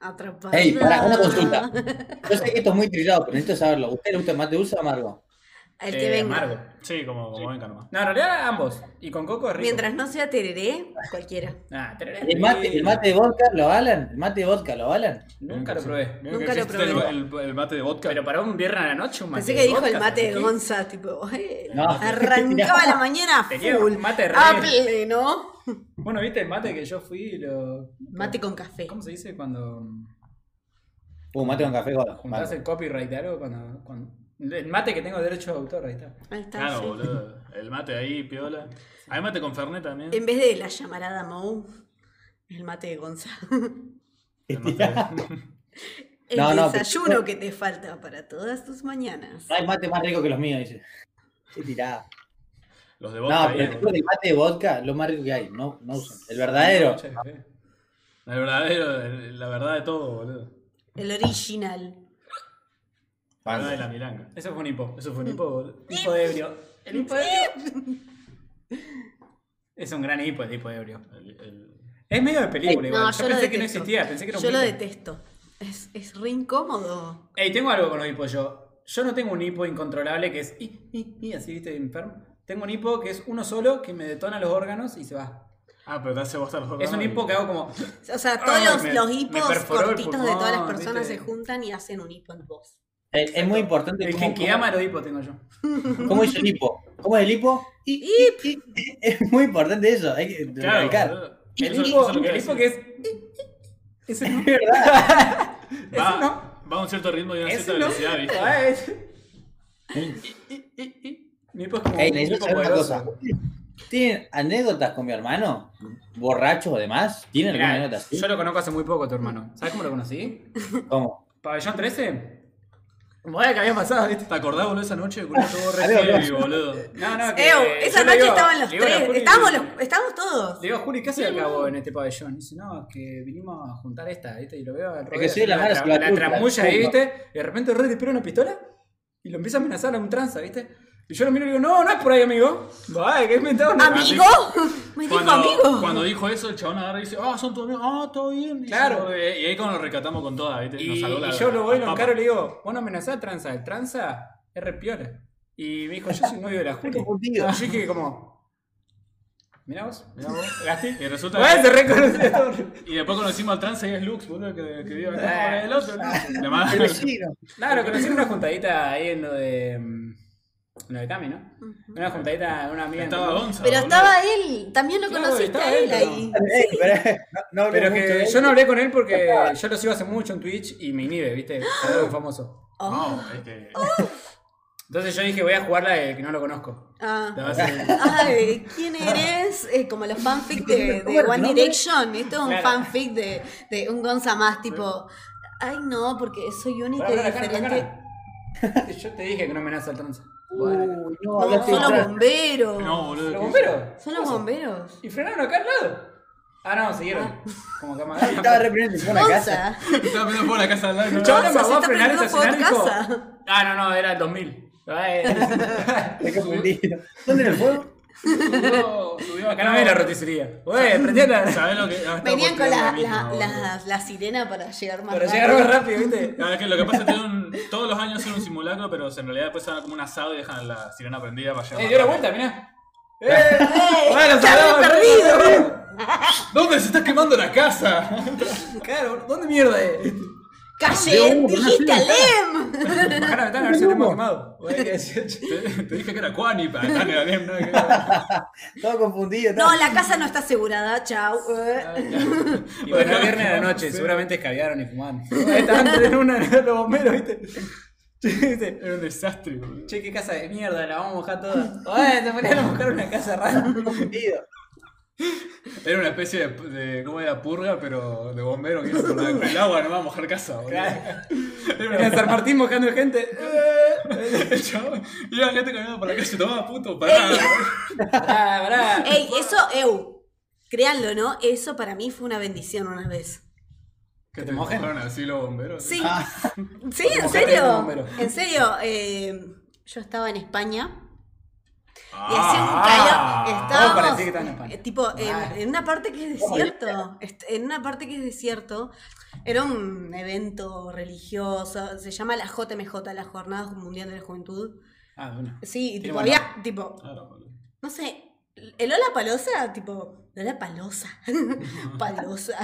atrapado. Ey, pará, una consulta. Yo sé que esto es muy trillado, pero necesito saberlo. ¿Usted le gusta el mate dulce o amargo? El que Eh, venga. amargo. Sí, como, como venga nomás. No, en realidad ambos. Y con coco es rico. Mientras no sea tereré, cualquiera. Ah, tereré es ¿El mate, rico. el mate de vodka lo avalan? ¿El mate de vodka lo avalan? Nunca lo probé. Vieron que Nunca lo existe probé. El, el- el mate de vodka. Pero para un viernes a la noche, un mate. Pensé de que dijo vodka, el mate de ¿sabes qué? Gonza, tipo, eh, No. arrancaba la mañana Tenía full, un mate re- a pleno, Bueno, viste el mate que yo fui lo. mate con café. ¿Cómo se dice cuando Uh, mate con café, gordo. juntás el copyright de algo? Cuando, cuando- El mate que tengo derecho de autor, ahí está. Ahí está, Claro, sí. boludo. El mate ahí, piola. Hay mate con Fernet también. En vez de la llamarada Mou, el mate de Gonza. El mate de- El No, no, desayuno pero- que te falta para todas tus mañanas. No hay mate más rico que los míos, dice. Qué tirada. Los de No, vodka. pero el bien, tipo de mate de vodka, lo más rico que hay. No, no usan. El verdadero. Che, eh. El verdadero, el- la verdad de todo, boludo. El original. La verdad de la Banco. milanga. Eso fue un hipo. Eso fue un Mm. hipo, boludo. Hipo de ebrio. El hipo Eh, de ebrio. Es un gran hipo el hipo de ebrio. El- el- Es medio de película Ey, igual. Eh, no, yo, yo lo pensé que no detesto. existía, pensé que era un Yo lo mito. detesto. Es, es re incómodo. Ey, tengo algo con los hipos yo. Yo no tengo un hipo incontrolable que es i, i, i, así, viste, enfermo. Tengo un hipo que es uno solo que me detona los órganos y se va. Ah, pero te hace vos los Es un hipo que hago como. O sea, todos Ay, los, me- los me hipos perforó el cortitos de todas las pulmón, personas ¿viste? se juntan y hacen un hipo en vos. Es, es muy importante. El cómo- genkidama de los hipos tengo yo. cómo, cómo es el hipo? ¿Cómo es el hipo? Y- y- y- Es muy importante eso. Hay que Claro, recalcar. boludo. El Eso- hipo, eso es lo que el iba a hipo que decir. es. i, i, i, Ese no. va, Eso no. va a un cierto ritmo y a una Ese cierta no. velocidad, ¿viste? Ah, es- I, i, i, i. Mi hipo es como. Ey, un necesito hipo saber una poderoso. cosa. ¿Tienen anécdotas con mi hermano? ¿Borrachos o demás? ¿Tienen alguna Mirá, anécdota? así? yo lo conozco hace muy poco, tu hermano. ¿Sabes cómo lo conocí? ¿Cómo? ¿Pabellón 13? Bueno, que había pasado, ¿viste? ¿Te acordás, boludo, esa noche? Boludo, todo re Adiós, heavy, adiós. boludo. No, no, que. Ew, esa yo le noche digo- estaban los le digo a la tres. Juli- Estábamos, los, estábamos todos. Le digo, Juli, ¿qué hace acá vos en este pabellón? Dice, no, que vinimos a juntar esta, ¿viste? Y lo veo al que Robert sí, así, la mala se tra- la la truca, tramulla ahí, punto. ¿viste? Y de repente Robert dispara una pistola y lo empieza a amenazar a un tranza, ¿viste? Y yo lo miro y le digo, no, no es por ahí, amigo. Vaya, que he inventado una- ¿Amigo? Me dijo Cuando, amigo. cuando dijo eso, el chabón agarra y dice, ah, son tus amigos, ah, todo bien. Y Claro. se- Y ahí cuando lo recatamos con toda, ¿viste? Y, Nos salvó la- y yo lo voy, lo la encaro y le papa. digo, vos no amenazás a tranza, el tranza es re piola. Y me dijo, yo soy novio de la Juli. confundido. Así que como, mirá vos, mirá vos, Gasti. Y resulta Vaya, se que- reconoce todo. Y después conocimos al trance y es Lux, boludo, que, que vive acá. Ah. el otro, ¿no? Le manda- El vecino. No, lo conocí en una juntadita ahí en lo de. mm, En lo de Cami, ¿no? Ujú. Una juntadita de una amiga. en Estaba común. Gonza. Pero boludo. estaba él. También lo Claro, conociste estaba a él él, ahí. Eh, pero- no, no Pero hablemos mucho que de yo no eso. hablé con él porque yo lo sigo hace mucho en Twitch y me inhibe, ¿viste? Algo de famoso. Oh. No, este, es que. Entonces yo dije, voy a jugarla de que no lo conozco. Ah. La va a hacer- Ay, ¿quién eres? Eh, como los fanfic de, de Bueno, One ¿no? Direction. Esto es un Claro. fanfic de, de un Gonza más, tipo. Ay, no, porque soy única Pará, pará, la y cara, la diferente. cara. Yo te dije que no amenaza al trance. Uy, no, No, hablaste son de- los bomberos. este, No, boludo. ¿Los que- bomberos? Son los bomberos. Y frenaron acá al lado. Ah, no, siguieron. Como que amagaron. Estaba reprendiendo fue una casa. Gonza. Estaba viendo por la casa al lado. ¿no? Chabón, Gonza, me se voy a está frenar prendiendo fuego estacionar, tu dijo, casa. Ah, no, no, era el Ah, 2000. eh, Ay, Te confundí. ¿Dónde era el fuego? Subió- subió Acá no había la roticería. Güey, prendí la... ¿Sabés lo que.? ah, Venían con estaba la, tirando la, misma, boludo. la, la sirena para llegar más Pero rápido. llegaron más rápido, ¿viste? Claro, es que lo que pasa es que tienen un- todos los años hacen un simulacro, pero en realidad después hacen como un asado y dejan la sirena prendida para llegar. Eh, más dio la rápido. vuelta, mirá. ¡Eh! Bueno, ¡Se había salvamos, perdido! ¿Dónde se está quemando la casa? Claro, ¿dónde mierda es? Leo, ¡Calle! ¿por qué ¡Dijiste no Alem! Bajá la ventana a ver si lo hemos quemado. Güey, ¿qué decís? te, te dije que era Juani, para acá le valía nada que ver. Estaba confundido. No, estaba- la casa no está asegurada, chau. Eh. Y bueno, era viernes de la noche, seguramente escabiaron y fumaron. Estaban tres en una los bomberos, ¿viste? Che, ¿viste? Era un desastre, boludo. Che, qué casa de mierda, la vamos a mojar toda. Oye, te ponían a mojar una casa rara. Confundido. Era una especie de, de- ¿cómo era? Purga, pero de bombero que hizo con la- con el agua, no va a mojar casa, boludo. Claro. Era En una- San Martín mojando gente. Eh. el chabón- Iba gente caminando por la calle, tomaba puto, pará. Pará, Ah, pará. Ey, eso, eu, créanlo, ¿no? Eso para mí fue una bendición una vez. Que te te mojen? mojaron así los bomberos. Sí. Ah. Sí, en Como cartel de serio. bombero. En serio. eh, yo estaba en España y hacía un Ah. calor. Vamos para Estábamos. decir que estaba en España. eh, tipo, en, Ah. en una parte que es desierto. est- En una parte que es desierto. Era un evento religioso. Se llama la JMJ, la Jornada Mundial de la Juventud. Ah, de una. Sí, y Tiene tipo, buen había, tipo, Claro, boludo. no sé, el Ola Palosa, tipo, Lola Palosa, Palosa,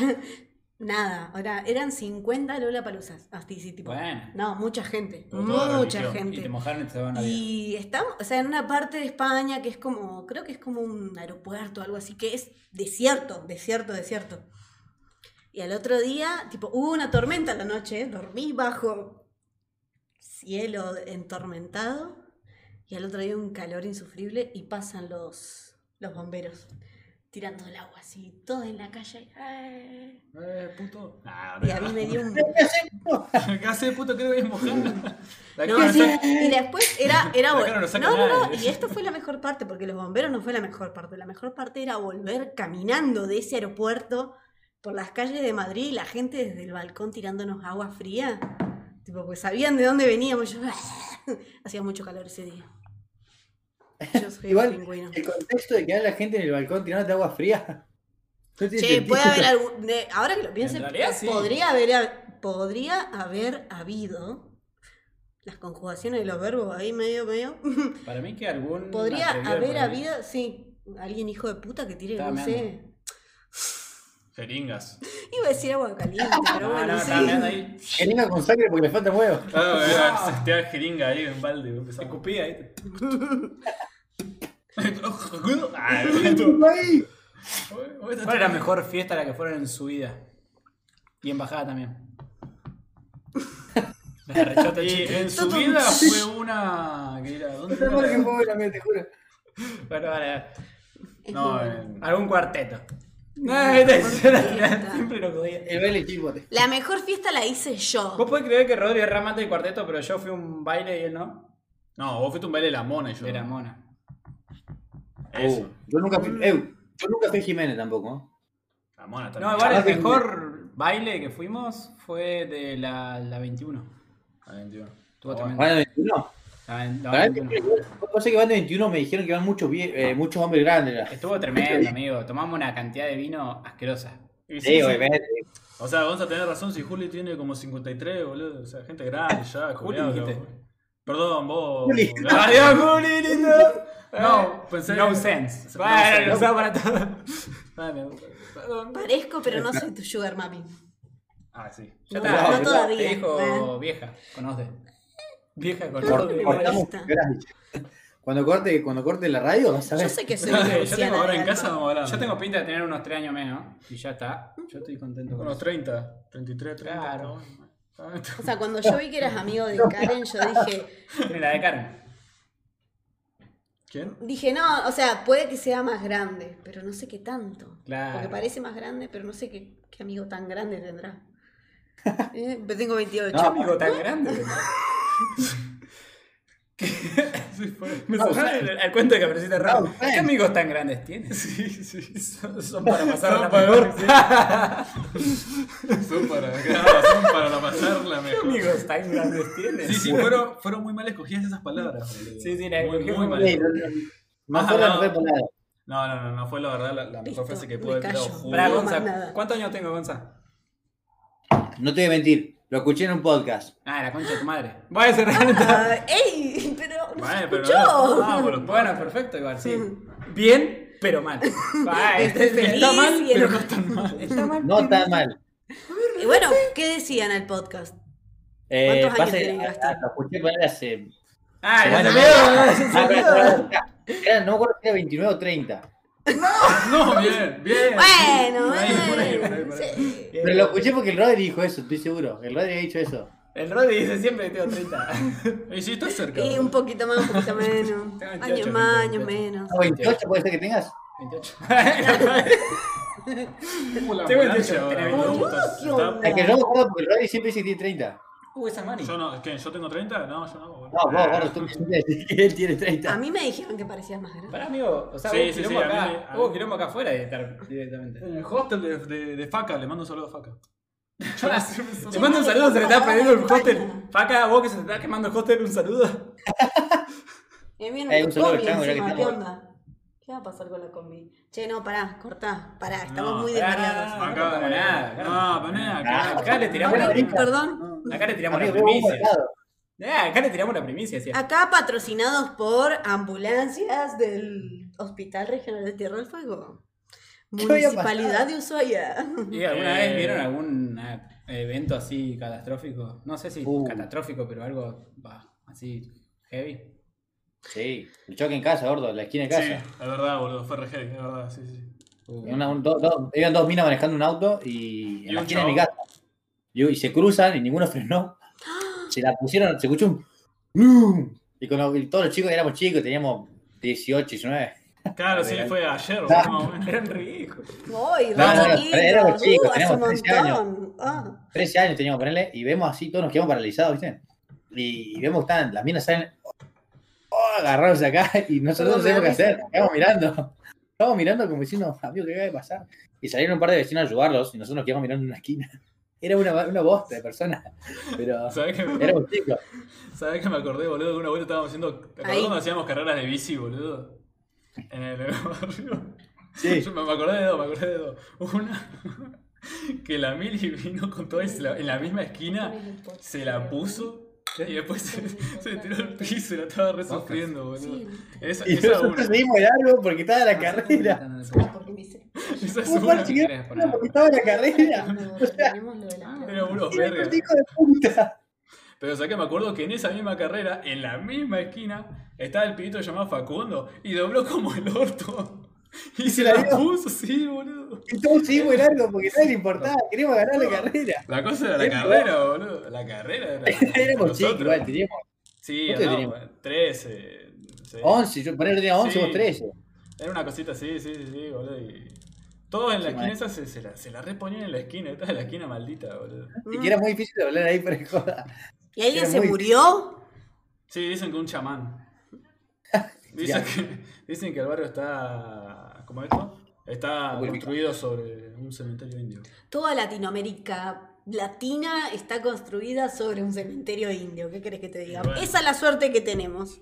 nada, ahora eran 50 Lola Palosas, así, sí, tipo, Bueno. no, mucha gente, Pero toda mucha religión, Y te gente. mojaron y te salvaron la vida. Y estamos, o sea, en una parte de España que es como, creo que es como un aeropuerto, algo así, que es desierto, desierto, desierto. Y al otro día, tipo, hubo una tormenta a la noche, dormí bajo cielo entormentado y al otro día un calor insufrible y pasan los, los bomberos. tirando el agua así, todos en la calle. ¡ay! Eh, puto. Nah, Y a mí me dio un. ¿Qué hace, puto? Creo que es mujer. La No, cara sí, está- y después era, era Acá no nos vol- saca no, no, no, nadie. y esto fue la mejor parte, porque los bomberos no fue la mejor parte, la mejor parte era volver caminando de ese aeropuerto por las calles de Madrid y la gente desde el balcón tirándonos agua fría, tipo, pues sabían de dónde veníamos, yo, hacía mucho calor ese día. Yo soy Igual, pingüino. El contexto de quedar la gente en el balcón tirándote agua fría. No tiene Che, sentido. puede haber algún. de- ahora que lo pienso, En realidad, sí. podría, haber, podría haber habido las conjugaciones de los verbos ahí medio, medio. Para mí que algún. podría atrevido haber por ahí- habido, sí, alguien hijo de puta que tire, Estaba no sé. Jeringas. Iba a decir agua caliente, pero No, bueno, no, sí. estaba mirando ahí. Que venga con sangre porque le falta huevo. Claro, era- se te da jeringa ahí en balde. Se empezamos. escupía ahí. Ah, puto. Ay, ¿Cuál era la mejor fiesta a la que fueron en su vida? Y en bajada también. La rechota Y chiste. en su vida fue una. que era- ¿Dónde Menos mal que era? fue buena, me- te juro. Bueno, vale. Es No, eh. muy bueno. en- eh, Algún cuarteto. No, este- fiesta. siempre lo jodía. El baile chipote. La mejor fiesta la hice yo. Vos podés creer que Rodri es ramante del cuarteto, pero yo fui a un baile y él no. No, vos fuiste un baile de la mona y yo. Era mona. Eso. Uh, yo nunca fui. eu, yo nunca fui Jiménez tampoco. ¿eh? La mona también. No, igual el Jamás mejor baile que fuimos fue de la, la 21. La 21. Estuvo ¿eh? tremendo. Van de 21. La, la La verdad 21. que- lo que pasa es que van de 21 me dijeron que van muchos, vie- eh, muchos hombres grandes. ya. Estuvo tremendo, amigo. Tomamos una cantidad de vino asquerosa. Y sí, Sí, sí. obviamente. O sea, Gonza tenés razón si Juli tiene como 53, boludo. O sea, gente grande ya. Juli culiao, dijiste. loco. Perdón, vos. Juli. Adiós, Juli. No, No, pensé- No sense. No Bueno, sense. lo usaba para todo. Vale, perdón. Parezco, pero no soy tu sugar mami. Ah, sí. Ya No, está. no Te todavía. dijo Bueno. vieja, conoce. Vieja, Cor- conoce. cortamos Revista. gracias. cuando corte, cuando corte la radio, vas a Yo ver. sé que soy Yo tengo Luciana ahora de en alma. casa, vamos a hablar. Yo tengo pinta de tener unos 3 años menos. Y ya está. Yo estoy contento con unos eso. 30, 33, 30. Claro. Ah, está bueno. O sea, cuando yo vi que eras amigo de Karen, yo dije, Tiene la de Carmen. ¿Quién? Dije, no, o sea, puede que sea más grande, pero no sé qué tanto. Claro. Porque parece más grande, pero no sé qué, qué amigo tan grande tendrá. Eh, pero tengo 28. No, Amigo tan grande. Sí, fue. Me sonaba el, el cuento de Caperucita Roja. Ah, ¿Qué bueno. amigos tan grandes tienes? Sí, sí. Son, son para pasar Son la para- peor. Son para, claro, son para pasarla ¿Qué mejor. amigos tan grandes tienes? Sí, sí, fueron, fueron muy mal escogidas esas palabras. boludo. Sí, sí, la- muy, qué muy mal. bueno. Sí, no, no. Más fuera no fue palabra. No, no, no, no fue la verdad la, la Listo, mejor frase que me pude haber tirado. callo. Juli. Pará, No digo Gonza, más nada. ¿Cuántos años tengo, Gonza? No te voy a mentir, lo escuché en un podcast. Ah, la concha de tu madre. Voy a cerrar entonces. Ah, ¡Ey! Pero no se Bueno, pero escuchó. no, Ah, bueno, bueno, perfecto, igual, sí. Bien, pero mal. Ah, este- este Feliz está mal, y pero no enojado. tan mal. Está mal. No está mal. Y bueno, ¿qué decían al podcast? Eh, ¿Cuántos años pasa- tiene Gastón? ah, Lo escuché poner hace. Ah, ya se semanas. me Ah, pero- era- No me acuerdo si era 29 o 30. No, bien, bien. Bueno, Por ahí, por ahí, por ahí, bueno. por ahí. sí. Pero lo escuché porque el Rodri dijo eso, estoy seguro. El Rodri ha dicho eso. Ah, El Rodri dice siempre que tengo 30. Y sí, estás cerca. Y un poquito más, un poquito menos. 28, Años más, 28. años menos. Ah, 28 puede ser que tengas. Ah. 28. Tengo la Tengo el ambulancia techo, ahora, tenés boludo. boludo, Estás- ¿qué está- onda? Es que yo me acuerdo porque el Rodri siempre dice que tiene 30. Uh, esa mani. Yo no, ¿qué? ¿Yo tengo 30? No, yo no. boludo. No, vos, gordo, tú siempre decís que él tiene A 30. mí me dijeron que parecías más grande. Pará, amigo. O sea, Sí, hubo, sí, sí, quilombo a mí acá, me- a hubo mí- Eh, quilombo acá afuera de estar directamente. En el hostel de, de, de Faca, le mando un saludo a Faca. Te mando un saludo, se le está perdiendo el hostel. Faca, vos que se te está quemando el hostel, un saludo. Y a mí no Eh, me un saludo al combi chango, ya que encima, ¿qué estamos. onda? ¿Qué va a pasar con la combi? Che, no, pará, cortá, pará, estamos No, eh. muy pará, desvariados. no contamos nada, acá no No, pero nada, nada. acá- Acá le tiramos la Ahorita. primicia. Perdón. Acá le tiramos la Amigo, vos primicia. marcado. Eh, acá le tiramos la primicia, decía. Acá patrocinados por ambulancias del Hospital Regional de Tierra del Fuego. ¿Qué había Municipalidad de Ushuaia. ¿Y alguna Eh, vez vieron algún eh, evento así catastrófico? No sé si Uh. catastrófico, pero algo bah, así heavy. Sí, el choque en casa, gordo, la esquina de Sí, casa. es verdad, boludo. Fue re heavy, es verdad, sí, sí. Uh. Una- un- do- do- eran dos minas manejando un auto y, Y en la un esquina de mi chabón. casa. Y, y se cruzan y ninguno frenó. Se la pusieron, se escuchó un. ¡Brum! Y con lo- y todos los chicos éramos chicos, teníamos 18, 19. Claro, sí, fue Ah. ayer, boludo, más o menos. Eran ridículos. Uy, No, no, re no, chiquitos, éramos chicos, uh, hace un teníamos 13 años. montón. Ah. 13 años teníamos que ponerle y vemos así, todos nos quedamos paralizados, ¿viste? Y, y vemos que están, las minas salen oh, agarrados acá y nosotros no sabemos qué hacer, nos quedamos mirando. Estábamos mirando como diciendo, amigo, ¿qué acaba de pasar? Y salieron un par de vecinos a ayudarlos y nosotros nos quedamos mirando en una esquina. Era una, una bosta de personas, pero ¿Sabés que, me- éramos chicos. sabés que me acordé, boludo? Que una vuelta estábamos haciendo. ¿Te acordás Ahí. cuando hacíamos carreras de bici, boludo? En el barrio. Sí, Yo me me acordé de dos, me acordé de dos. Una, que la Mili vino con todo y se la- en la misma esquina, se la puso y después se, se tiró al piso y la estaba re sufriendo, boludo. Esa, y esa nosotros una. seguimos el árbol porque estaba la carrera. Porque me hice- Esa es Un una. par chiquito porque estaba la carrera. Tenemos lo de la- Era unos Era vergas. un hijo de puta. Pero o sea que me acuerdo que en esa misma carrera, en la misma esquina, estaba el pibito llamado Facundo y dobló como el orto. Y se la la dio? puso, sí, boludo. Y todos seguimos el árbol porque nadie le importaba, queríamos ganar la carrera. La cosa era la Es carrera, boludo. La carrera era. Éramos nosotros. chicos, igual, teníamos Sí, ¿Cuánto andábamos, 13. sí. 11, yo ponerle tenía 11, Sí. vos 13. Era una cosita así, sí, sí, sí, boludo. Y... Todos en la Sí, esquina man. esa se, se la, se la reponían en la esquina, estaba en la esquina maldita, boludo. Y que era muy difícil de hablar ahí por el joda. Mm. Ah, ¿Y alguien Era se muy- murió? Sí, dicen que un chamán. Dicen, que, dicen que el barrio está. ¿Cómo es esto? Está Purificado. construido sobre un cementerio indio. Toda Latinoamérica latina está construida sobre un cementerio indio. ¿Qué querés que te diga? Y bueno. Esa es la suerte que tenemos.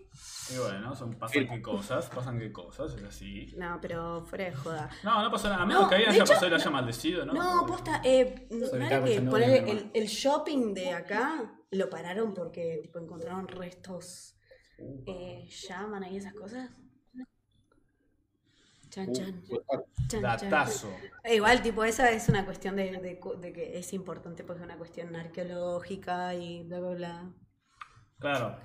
Y bueno, son, pasan que cosas, pasan que cosas, es así. No, pero fuera de joda. No, no pasó nada. A menos No, que alguien de haya hecho- pasado y lo haya maldecido, ¿no? No, posta, eh, no Soy no Taco, era que yo no poner voy a mi el, hermano. el shopping de acá lo pararon porque tipo encontraron restos eh, llaman ahí esas cosas. Chan chan. pues, chan, chan. Datazo. Eh, Igual, tipo, esa es una cuestión de, de cu- de que es importante, pues es una cuestión arqueológica y bla, bla, bla. Claro.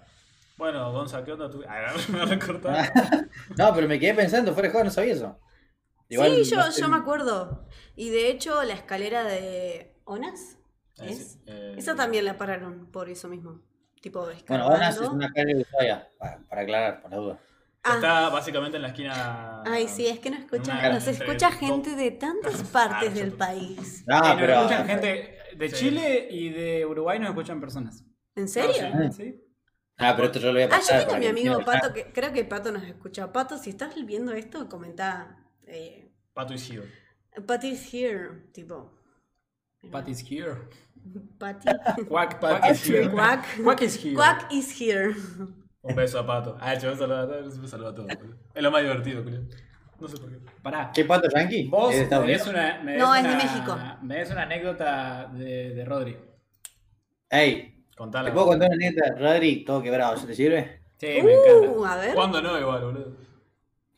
Bueno, Gonza, ¿qué onda tú? Ah, me voy a recortar. No, pero me quedé pensando, fuera de joda, no sabía eso. Igual, sí, yo, no sé, yo me acuerdo. Y de hecho, la escalera de Onas, Eh, ¿es? sí, eh, Esa también la pararon por eso mismo. Tipo, Bueno, escalando. Onas es una calle de Ushuaia, para, para aclarar, por la duda. Ah, Está básicamente en la esquina. Ay, sí, es que no Una- escucha, nos escucha gente de tantas partes del país. No, Eh, nos Ah, pero. escuchan gente de Sí. Chile y de Uruguay nos escuchan personas. ¿En serio? No, sí. Ah, pero esto yo lo voy a Ah, yo pasar. tengo a para mi que- amigo Pato, que creo que Pato nos escucha. Pato, si estás viendo esto, comenta. Eh, Pato Isidro. Patty is here, tipo. Pat is here. Patty. Quack, Pat Quack is is here. here. Quack. Quack is here. Quack is here. Un beso a Pato. Ah, chaval, saluda a todos. siempre saluda a todos. boludo. Es lo más divertido, Julio. No sé por qué. Pará. ¿Qué pato yankee? Vos ¿Es de Estados me des Unidos? una, me des No, una, es de México. Me des una anécdota de, de Rodri. Ey, Contala. ¿te puedo contar una anécdota, Rodri? Todo quebrado, ¿se te sirve? Sí, Eh, me encanta. Uh, a ver. ¿Cuándo no, igual, boludo?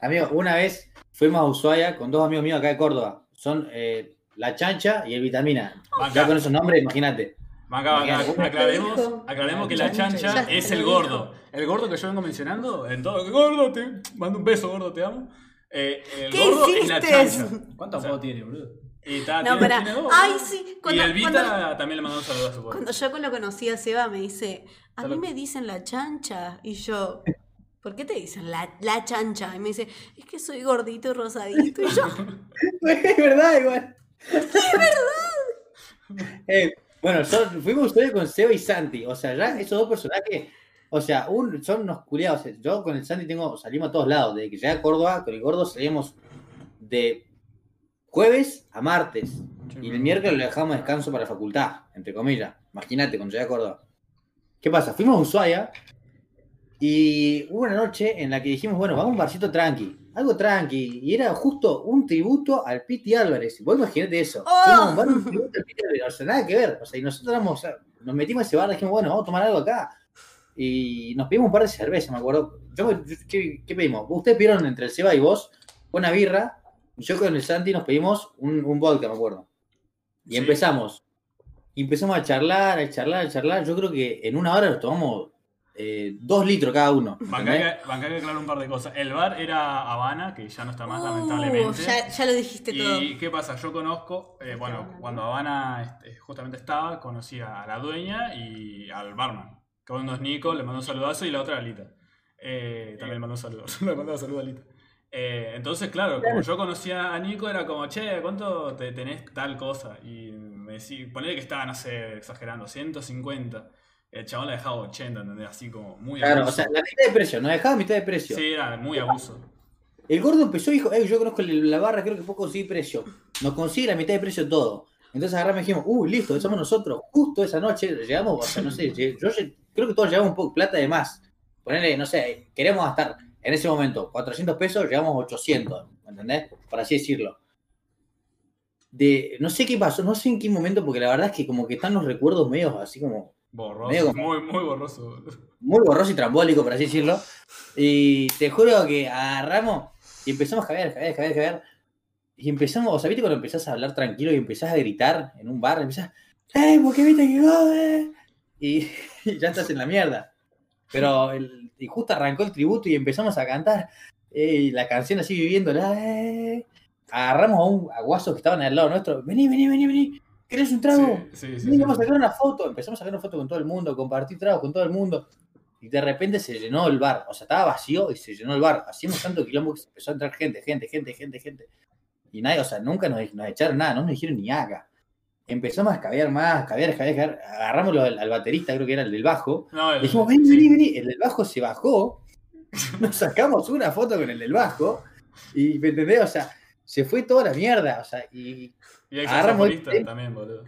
Amigo, una vez fuimos a Ushuaia con dos amigos míos acá de Córdoba. Son eh, la chancha y el vitamina. Ya con esos nombres, imagínate. Mancaba, Mañana, acá, ¿cómo te aclaremos, dijo? Ah, aclaremos que la chancha Ya te es lo el dijo. gordo. El gordo que yo vengo mencionando, en todo, gordo, te mando un beso, gordo, te amo. Eh, el ¿Qué gordo es la hiciste? chancha. ¿Cuántos O sea, juegos tiene, boludo? Y está, No, tiene- pará. tiene dos. Ay, sí. Cuando, y el Vita cuando- también le mandó un saludo a su pueblo. Cuando yo lo conocí a Seba me dice, a mí Salud. me dicen la chancha. Y yo, ¿por qué te dicen la, la chancha? Y me dice, es que soy gordito y rosadito. Y yo, Es verdad, igual. Es verdad. Eh, bueno, son- fuimos ustedes con Seba y Santi. O sea, ya esos dos personajes. O sea, un, son unos culiados. Yo con el Santi tengo, salimos a todos lados. Desde que llegué a Córdoba, con el gordo salíamos de jueves a martes. Y el miércoles le dejamos descanso para la facultad, entre comillas. Imagínate, cuando llegué a Córdoba. ¿Qué pasa? Fuimos a Ushuaia y hubo una noche en la que dijimos, bueno, vamos a un barcito tranqui, algo tranqui. Y era justo un tributo al Piti Álvarez. Vos imaginate eso. ¡Oh! Fuimos a un bar, un tributo al Piti Álvarez, o sea, nada que ver. O sea, y nosotros éramos, o sea, nos metimos a ese bar, dijimos, bueno, vamos a tomar algo acá. Y nos pedimos un par de cervezas, me acuerdo. Yo, yo- ¿qué, qué pedimos? Ustedes pidieron entre el Seba y vos una birra. y Yo con el Santi nos pedimos un, un vodka, me acuerdo. Y Sí. empezamos. Y empezamos a charlar, a charlar, a charlar. Yo creo que en una hora nos tomamos eh, dos litros cada uno. Bancá ¿entendés? que- bancá que aclarar un par de cosas. El bar era Habana, que ya no está más, "Uh, lamentablemente. ya, ya lo dijiste todo. ¿Y qué pasa? Yo conozco, eh, bueno, cuando Habana este, justamente estaba, conocí a la dueña y al barman. Que uno es Nico, le mandó un saludazo y la otra a Lita. Eh, también le mandó un saludo. le mandó un saludo a Lita. Eh, entonces, claro, como yo conocía a Nico, era como, che, ¿cuánto te tenés tal cosa? Y me decía, ponele que estaba, no sé, exagerando, 150. El chabón la dejaba 80, ¿entendés? Así como muy Claro, abuso. o sea, la mitad de precio, nos dejaba mitad de precio. Sí, era muy abuso. El gordo empezó y dijo, "Ey, yo conozco el- la barra, creo que puedo conseguir precio. Nos consigue la mitad de precio todo. Entonces agarramos y dijimos, uh, listo, somos nosotros. Justo esa noche llegamos, o sea, no sé, lle- yo lle- creo que todos llevamos un poco de plata de más. Ponerle, no sé, queremos gastar en ese momento 400 pesos, llegamos a 800, ¿entendés? Por así decirlo. De, no sé qué pasó, no sé en qué momento, porque la verdad es que como que están los recuerdos medios así como Borroso, Nego. muy, muy borroso. boludo. muy borroso y trambólico, por así decirlo. Y te juro que agarramos y empezamos a caer, caer, caer, caer. Y empezamos, o sea, viste cuando empezás a hablar tranquilo y empezás a gritar en un bar, empezás, ¡eh, porque viste que gobe! Y, y ya estás en la mierda. Pero el- y justo arrancó el tributo y empezamos a cantar eh, y la canción así viviéndola. eh. Agarramos a un a guasos que estaban al lado nuestro, vení, vení, vení, vení, ¿querés un trago? Sí, sí, Sí, sí. sí. vamos a sacar una foto. Empezamos a sacar una foto con todo el mundo, compartir tragos con todo el mundo. Y de repente se llenó el bar. O sea, estaba vacío y se llenó el bar. Hacíamos tanto quilombo que se empezó a entrar gente, gente, gente, gente, gente. Y nadie, o sea, nunca nos, nos echaron nada, no nos dijeron ni acá. Empezamos a escabear más, escabear, escabear, escabear. Agarramos lo- al, al baterista, creo que era el del bajo. No, Le el- dijimos, vení, sí. vení, vení. El del bajo se bajó. Nos sacamos una foto con el del bajo. Y, ¿me entendés? O sea, se fue toda la mierda. O sea, y Y ex Agarramos el- saxofonista también, boludo.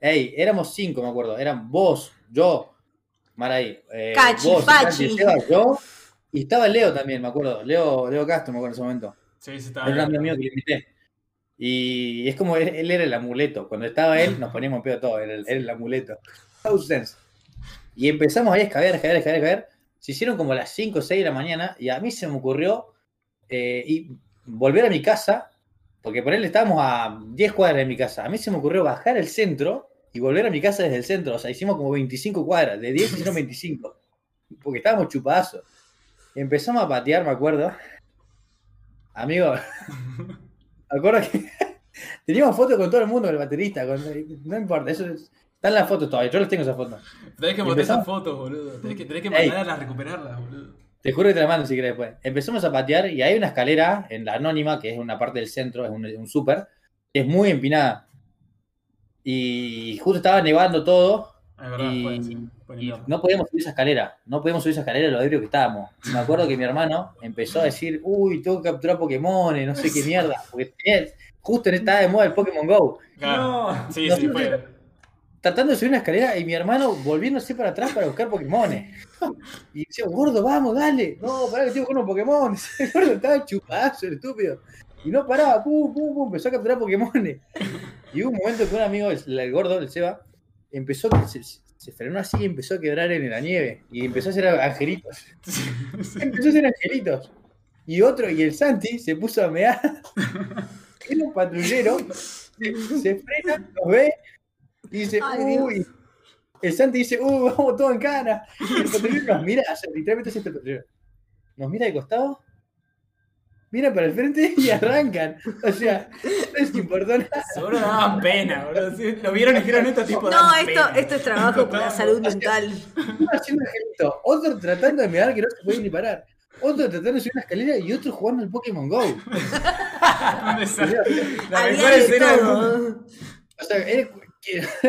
Ey, éramos cinco, me acuerdo. Eran vos, yo, Maray, eh, Cachi, vos, Pachi. Santi, Seba, yo. Y estaba Leo también, me acuerdo. Leo, Leo Castro, me acuerdo en ese momento. Sí, sí, Era estaba. un amigo mío que le invité. Y es como él, él era el amuleto. Cuando estaba él, nos poníamos en pedo todo. Era el, era el amuleto. Thousands. Y empezamos ahí a escabear, escabear, escabear, escabear. Se hicieron como las 5 o 6 de la mañana y a mí se me ocurrió eh, y volver a mi casa, porque por él estábamos a 10 cuadras de mi casa. A mí se me ocurrió bajar el centro y volver a mi casa desde el centro. O sea, hicimos como 25 cuadras, de 10 hicieron 25, porque estábamos chupadazos. Empezamos a patear, me acuerdo. Amigo, me acuerdo que teníamos fotos con todo el mundo, el baterista, con- no importa, eso es- están las fotos todavía, yo las tengo esas fotos. Tenés que Y botar esas empezamos- fotos, boludo. Tenés que, tenés que Ey. mandarlas a recuperarlas, boludo. Te juro que te la mando si querés después. Empezamos a patear y hay una escalera en la anónima, que es una parte del centro, es un, un súper, que es muy empinada. Y justo estaba nevando todo Ah, Es verdad, Y- puede ser. Puede y ser. no podíamos subir esa escalera. No podíamos subir esa escalera de lo ebrio que estábamos. Y Me acuerdo que mi hermano empezó a decir, uy, tengo que capturar Pokémones, no sé qué mierda. Porque tenía- justo en esta de moda el Pokémon GO. Claro. No. Sí, No, sí, sí, fue. tratando de subir una escalera y mi hermano volviéndose para atrás para buscar Pokémones. Y decía, gordo, vamos, dale. No, pará, que estoy con unos Pokémon. El gordo estaba chupazo, el estúpido. Y no paraba, pum, pum, pum, empezó a capturar Pokémones. Y hubo un momento que un amigo, el, el gordo, el Seba, empezó, se, se frenó así y empezó a quebrar en la nieve. Y empezó a hacer angelitos. Empezó a hacer angelitos. Y otro, y el Santi se puso a mear. Era un patrullero. Se, se frena, nos ve y dice, Ay, Dios. uy. El Santi dice, uy, vamos todos en cara. Y el patrullero nos mira, o sea, literalmente es este patrullero. Nos mira de costado, mira para el frente y arrancan. O sea, no es importante. Seguro daban pena, boludo. Sí, lo vieron y dijeron estos tipos No, dan esto, pena". esto es trabajo por la salud mental. Uno haciendo angelito, otro tratando de mirar que no se puede ni parar. Otro tratando de subir una escalera y otro jugando al Pokémon GO. Un desastre. La Había mejor de escena del todo. mundo. O sea, era que- Yo No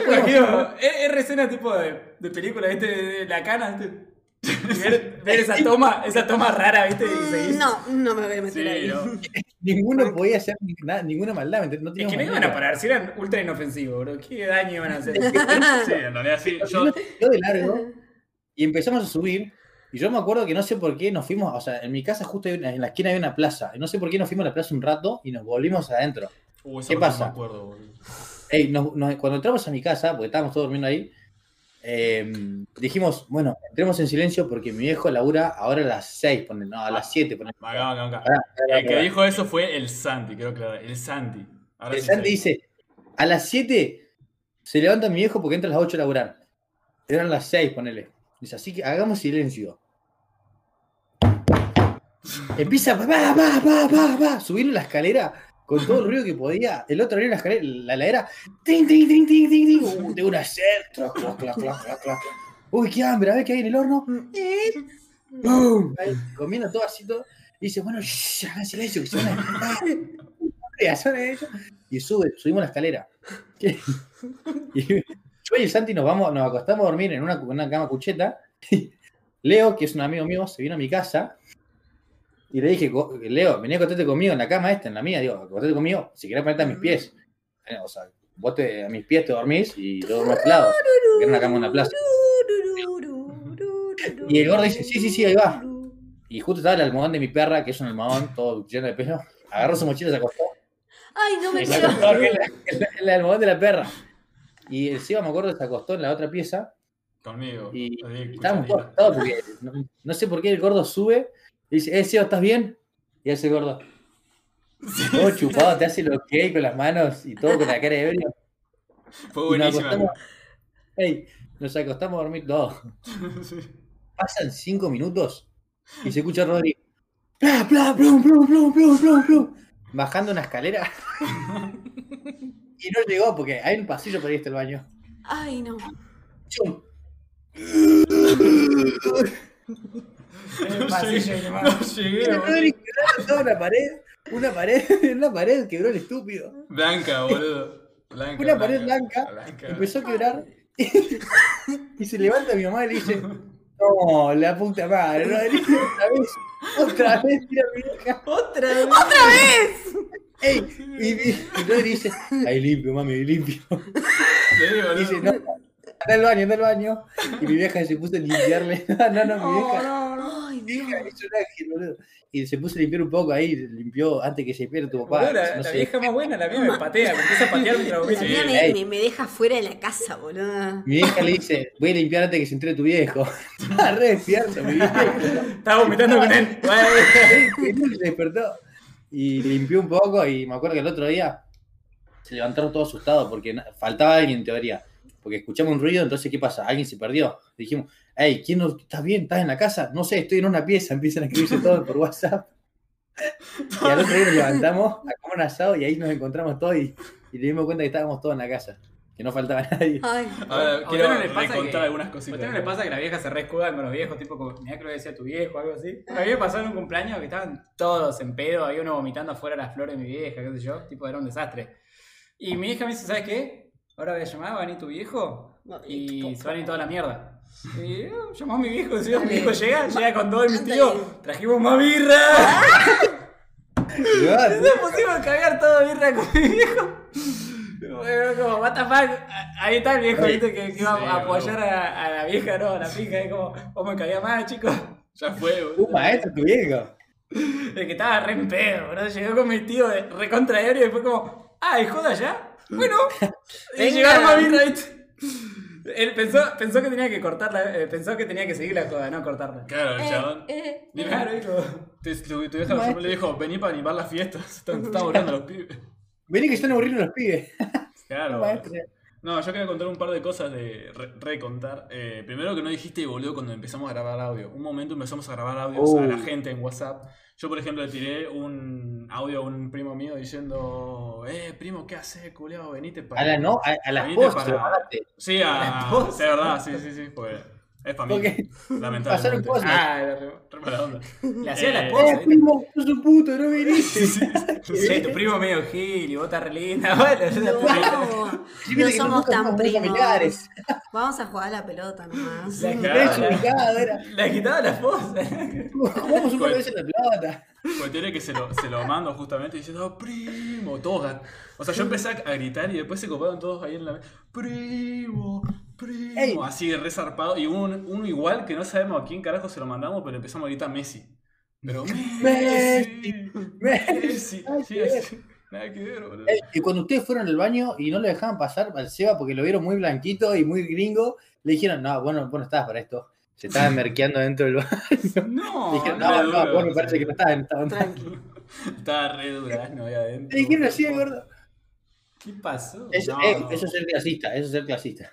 me podemos- imagino, es, es re escena tipo de, de película, ¿viste? De, de la cana, ¿viste? Y Ver, ver esa toma, esa toma rara, ¿viste? Y seguir. Mm, No, no me voy a meter Sí, ahí. no. ninguno podía hacer ni- nada- ninguna maldad. ¿me entendés? No Es teníamos que no iban a manera. parar, si eran ultra inofensivos, bro. ¿Qué daño iban a hacer? Sí, en realidad sí. Yo Yo, me tiró de largo y empezamos a subir. Y yo me acuerdo que no sé por qué nos fuimos, o sea, en mi casa justo hay una- en la esquina hay una plaza. Y no sé por qué nos fuimos a la plaza un rato y nos volvimos adentro. Uh, eso ¿Qué no pasa? me acuerdo, boludo. Ey, nos- nos- cuando entramos a mi casa, porque estábamos todos durmiendo ahí, eh, dijimos, bueno, entremos en silencio porque mi viejo labura ahora a las 6, pone, no, a las 7. pone. Acá, acá, acá. Pará, pará, El que pará. dijo eso fue el Santi, creo que era el Santi. Ahora El sí Santi sé. dice, a las 7 se levanta mi viejo porque entra a las 8 a laburar. Eran las 6, ponele. Dice, así que hagamos silencio. Empieza, va, va, va, va, va, va, subir la escalera con todo el ruido que podía. El otro abrió la escalera, la ladera, tin, tin, tin, tin, tin, tin, uh, de una sed, clac, clac, clac, clac, clac, clac. Uy, qué hambre, a ver qué hay en el horno. Eh, ¡Pum! Ahí, Comiendo todo así todo. Y dice, bueno, shh, hagan silencio, que ah, se van a despertar. Ya son ellos. Y sube, subimos la escalera. Y yo y el Santi nos vamos, nos acostamos a dormir en una, una cama cucheta. Leo, que es un amigo mío, se vino a mi casa y le dije, "Co- Leo, vení a acostarte conmigo en la cama esta, en la mía, digo, acostate conmigo, si querés ponerte a mis pies. Eh, O sea, vos te, a mis pies te dormís y yo duermo a tu lado. Porque era una cama en una plaza. Y el gordo dice, sí, sí, sí, ahí va. Y justo estaba el almohadón de mi perra, que es un almohadón todo lleno de pelo. Agarró su mochila y se acostó. Ay, no me Y se quiero. acostó en la- en la- en el almohadón de la perra. Y el Seba, me acuerdo, se acostó en la otra pieza. Conmigo. Y- Ahí, Y estábamos todos cucharita. acostados porque no, no sé por qué el gordo sube y dice, eh, Seba, ¿estás bien? Y hace el gordo. Todo chupado, te hace lo que hay con las manos y todo con la cara de ebrio. Fue Y nos buenísima. acostamos, Ey, nos acostamos a dormir todos. Sí. Pasan cinco minutos y se escucha a Rodri. Pla, pla, plum, plum, plum, plum, plum, plum, Bajando una escalera. y no llegó porque hay un pasillo por ahí está el baño. Ay, no. Chum. En el No pasillo llegué, que no más. Y llegué, el Rodri boludo. quebrando toda una pared. Una pared, una pared quebró el estúpido. Blanca, boludo. Blanca, Una pared blanca, blanca. Empezó a quebrar. y se levanta mi mamá y le dice: No, la puta madre, Rodri, otra vez, otra vez, mira mi vieja. Otra vez. ¡Otra vez! ¡Ey! Y, y- y Rodri dice, ahí limpio, mami, ahí limpio. Sí, Y boludo. dice, no, anda al baño, anda al baño. Y mi vieja se puso a limpiarle. No, no, no, Oh. mi vieja. Oh, Ay, mi Dios. vieja es un ángel, boludo. Y se puso a limpiar un poco ahí, limpió antes que se pierda tu papá. Boludo, la, no la sé. vieja más buena, la mía me patea, me empieza a patear mientras La vomito. mía me, Ey. me- me deja fuera de la casa, boludo. Mi vieja le dice, voy a limpiar antes que se entre tu viejo. Estaba re despierto, mi vieja. Estaba vomitando con él. Y se despertó. Y limpió un poco y me acuerdo que el otro día se levantaron todos asustados porque na- faltaba alguien en teoría. Porque escuchamos un ruido, entonces ¿qué pasa? Alguien se perdió. Dijimos, hey, ¿quién no, ¿estás bien? ¿Estás en la casa? No sé, estoy en una pieza. Empiezan a escribirse todos por WhatsApp. Y al otro día nos levantamos a comer un asado y ahí nos encontramos todos y, y nos dimos cuenta que estábamos todos en la casa. Que no faltaba nadie. Ay. Ahora ¿A quiero usted no le pasa recontar que- algunas ¿A cositas. usted no le pasa que la vieja se re escudan con los viejos? Tipo, como, mirá que lo decía tu viejo o algo así. A mí me pasó en un cumpleaños que estaban todos en pedo, había uno vomitando afuera las flores de mi vieja, qué sé yo. Tipo, era un desastre. Y mi hija me dice, ¿sabes qué? Ahora voy a llamar, va a venir tu viejo y se va a venir toda la mierda. Y eh, llamó a mi viejo, y mi viejo llega, llega con todo y mi tío. Trajimos más birra. Y yo, "Ah, Entonces pusimos a cagar todo birra con mi viejo. Bueno, como, what the fuck. A- Ahí está el viejo, viste, que, que iba Sí, a apoyar boludo. a, a la vieja, no, a la fija. Es como, vamos a cagar más, chicos. Ya fue, boludo. Un maestro, tu viejo. De que estaba re en pedo, bro. Llegó con mi tío de recontra ebrio y fue como, ah, ¿y joda ya? Bueno. y Venga. llegaron más birra, viste. Él pensó, pensó que tenía que cortarla, eh, pensó que tenía que seguir la joda, no cortarla. Claro, el chabón. eh, Dime, Claro, hijo. te- tu, tu vieja lo llamó y le dijo, vení para animar las fiestas. Están, están volando los pibes. Vení que están aburridos los pibes. Claro. Maestro. No, yo quería contar un par de cosas de re- recontar. Eh, primero que no dijiste, boludo, cuando empezamos a grabar audio. Un momento empezamos a grabar audios a la Oh. gente en WhatsApp. Yo, por ejemplo, le tiré un audio a un primo mío diciendo, eh, primo, ¿qué haces, culeado? Venite para... A la no, a, a las Venite postres, para- aparte. Sí, a... ¿A vos? Sí, es verdad, sí, sí, sí, pues... Es familia, Porque pasaron lamentablemente. cosas. Ah, la re- Re mala onda. le hacía la Eh, esposa. ¿viste? Oh, primo, sos un puto, no viniste. Sí, tu primo medio gil y vos estás re linda. Bueno, yo la puta que- No, Sí, no viste que somos nosotros tan somos muy primos. familiares. Vamos a jugar a la pelota nomás. La Era Claro. desubicado, era. La quitaba la esposa. Jugamos un par de veces la pelota. Cuestión es que se lo, se lo mando justamente diciendo, "Oh, primo, todos. gan- O sea, yo empecé a gritar y después se coparon todos ahí en la mesa. Primo, primo. Ey. Así resarpado. Y un, uno igual que no sabemos a quién carajo se lo mandamos, pero empezamos a gritar Messi. Pero Messi. Messi, Messi. Nada Sí, que ver. así. Nada que ver, boludo. Ey, Eh, Y cuando ustedes fueron al baño y no lo dejaban pasar al Seba porque lo vieron muy blanquito y muy gringo, le dijeron, no, bueno, vos no estabas para esto. Se estaban merqueando dentro del baño. No. Le no, dijeron, no, no, no, vos me no, parece sí. que no estabas en esta onda". Tranqui. Estaba re durazno ahí adentro. Le dijeron así, boludo. gordo. ¿Qué pasó? Eso, No, ey, no. eso es ser clasista, eso es ser clasista.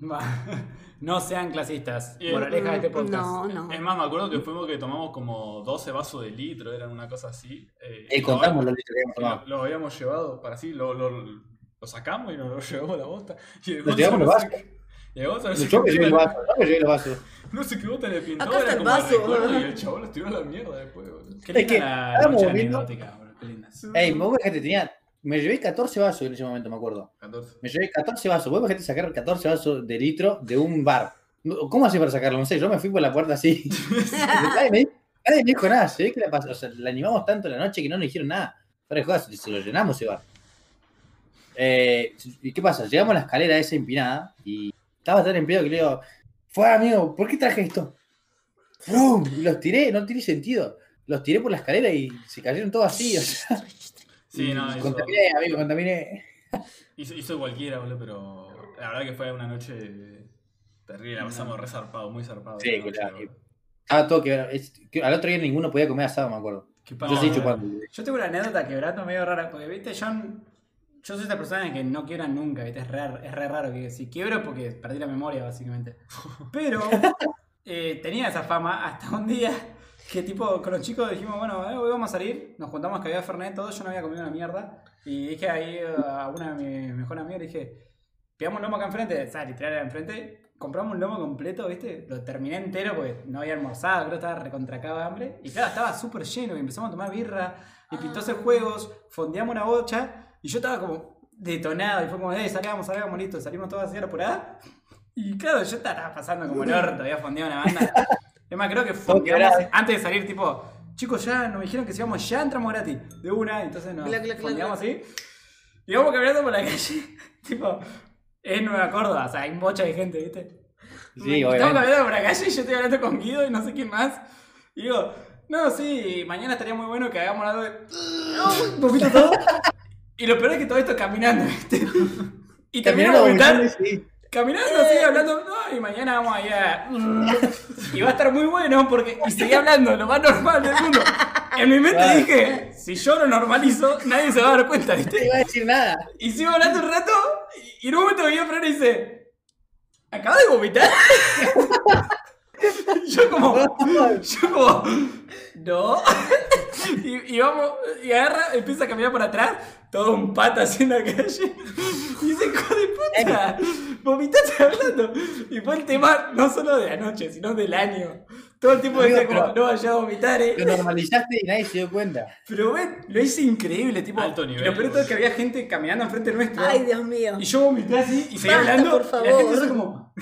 Va. No sean clasistas. Eh, Moraleja de este podcast. No, no. Es más, me acuerdo que fuimos que tomamos como 12 vasos de litro, eran una cosa así. Eh, Eh, no, contamos lo que habíamos tomado. Lo, lo habíamos llevado para así, lo, lo, lo sacamos y nos lo llevamos la bosta. Y el Lo Gonza llevamos no los sé- vasos. y Y vos sabés Yo me que llevé el vaso, yo me llevé el vaso. No sé qué botan el pintor, Acá está era el como el vaso. recuerdo y el chabón los tiró a la mierda después, boludo. Qué Es linda que la estábamos noche viendo- anecdótica, boludo, qué linda. Ey, vos imagínate, tenía. Me llevé 14 vasos en ese momento, me acuerdo. 14. Me llevé 14 vasos. Vos imagínate sacar 14 vasos de litro de un bar. No, ¿Cómo así para sacarlo? No sé, yo me fui por la puerta así. nadie, me, nadie me dijo nada. Se ve que la, pas- o sea, la animamos tanto la noche que no nos dijeron nada. Pero jodas, se se lo llenamos ese bar. Eh, ¿Y qué pasa? Llegamos a la escalera esa empinada y estaba tan empleado que le digo, fue amigo, ¿por qué traje esto? ¡Frum! Y Los tiré, no tiene sentido. Los tiré por la escalera y se cayeron todos así. O sea, Sí, no, hizo, contaminé, amigo, contaminé. hizo, hizo cualquiera, boludo, pero la verdad que fue una noche terrible, la pasamos re zarpado, muy zarpado. Sí, esa noche, claro. boludo. Ah, todo que, es- que al otro día ninguno podía comer asado, me acuerdo. Qué Yo paja, sí boludo. chupando. Yo tengo una anécdota quebrando medio rara, porque viste, yo, yo soy esta persona que no quiebra nunca, ¿viste? Es, re, es re raro que si quiebro es porque perdí la memoria, básicamente. Pero eh, tenía esa fama hasta un día que tipo con los chicos dijimos, bueno, eh, hoy vamos a salir, nos juntamos que había Fernet, todo, yo no había comido una mierda. Y dije ahí a una de mis mejores amigas, le dije, pegamos un lomo acá enfrente, o sea, literal era enfrente, compramos un lomo completo, ¿viste? Lo terminé entero porque no había almorzado, creo que estaba recontracado de hambre. Y claro, estaba súper lleno y empezamos a tomar birra y pintó hacer juegos, fondeamos una bocha y yo estaba como detonado y fue como, eh, salgamos, salgamos, listo, salimos todos así por ahí. Y claro, yo estaba pasando como el orto, había fondeado una banda. Es más, creo que fondeamos Todo quebrado. antes de salir, tipo, chicos, ya nos dijeron que si vamos ya entramos gratis, de una, entonces nos Clac, clac, clac, fondeamos Ah, así. Y vamos caminando por la calle, tipo, es Nueva Córdoba, o sea, hay bocha de gente, ¿viste? Sí, Estamos obviamente. caminando por la calle y yo estoy hablando con Guido y no sé quién más. Y digo, no, sí, mañana estaría muy bueno que hagamos algo de. Un poquito todo. Y lo peor es que todo esto es caminando, ¿viste? Y terminamos de vomitar, vomitando, sí. caminando, así, hablando, no, y mañana vamos a ir a. Y va a estar muy bueno porque. Y seguí hablando, lo más normal del mundo. En mi mente Claro. dije, si yo lo normalizo, nadie se va a dar cuenta, No ¿viste? iba a decir nada. Y sigo hablando un rato y, y en un momento me vio Fran y dice, ¿acabas de vomitar? yo como, yo como, no. y, y vamos, y agarra, empieza a caminar para atrás, todo un pata así en la calle. Y dice, hijo de puta, vomitaste hablando. Y fue el tema no solo de anoche, sino del año. Todo el tiempo Amigo, decía como, pero- no vaya a vomitar, eh. Lo normalizaste y nadie se dio cuenta. Pero ven, lo hice increíble, tipo. Alto nivel, y lo peor de todo es que boludo. había gente caminando enfrente nuestro. Ay, Dios mío. Y yo vomité así y seguí Basta, hablando. por Y la favor. gente hizo como,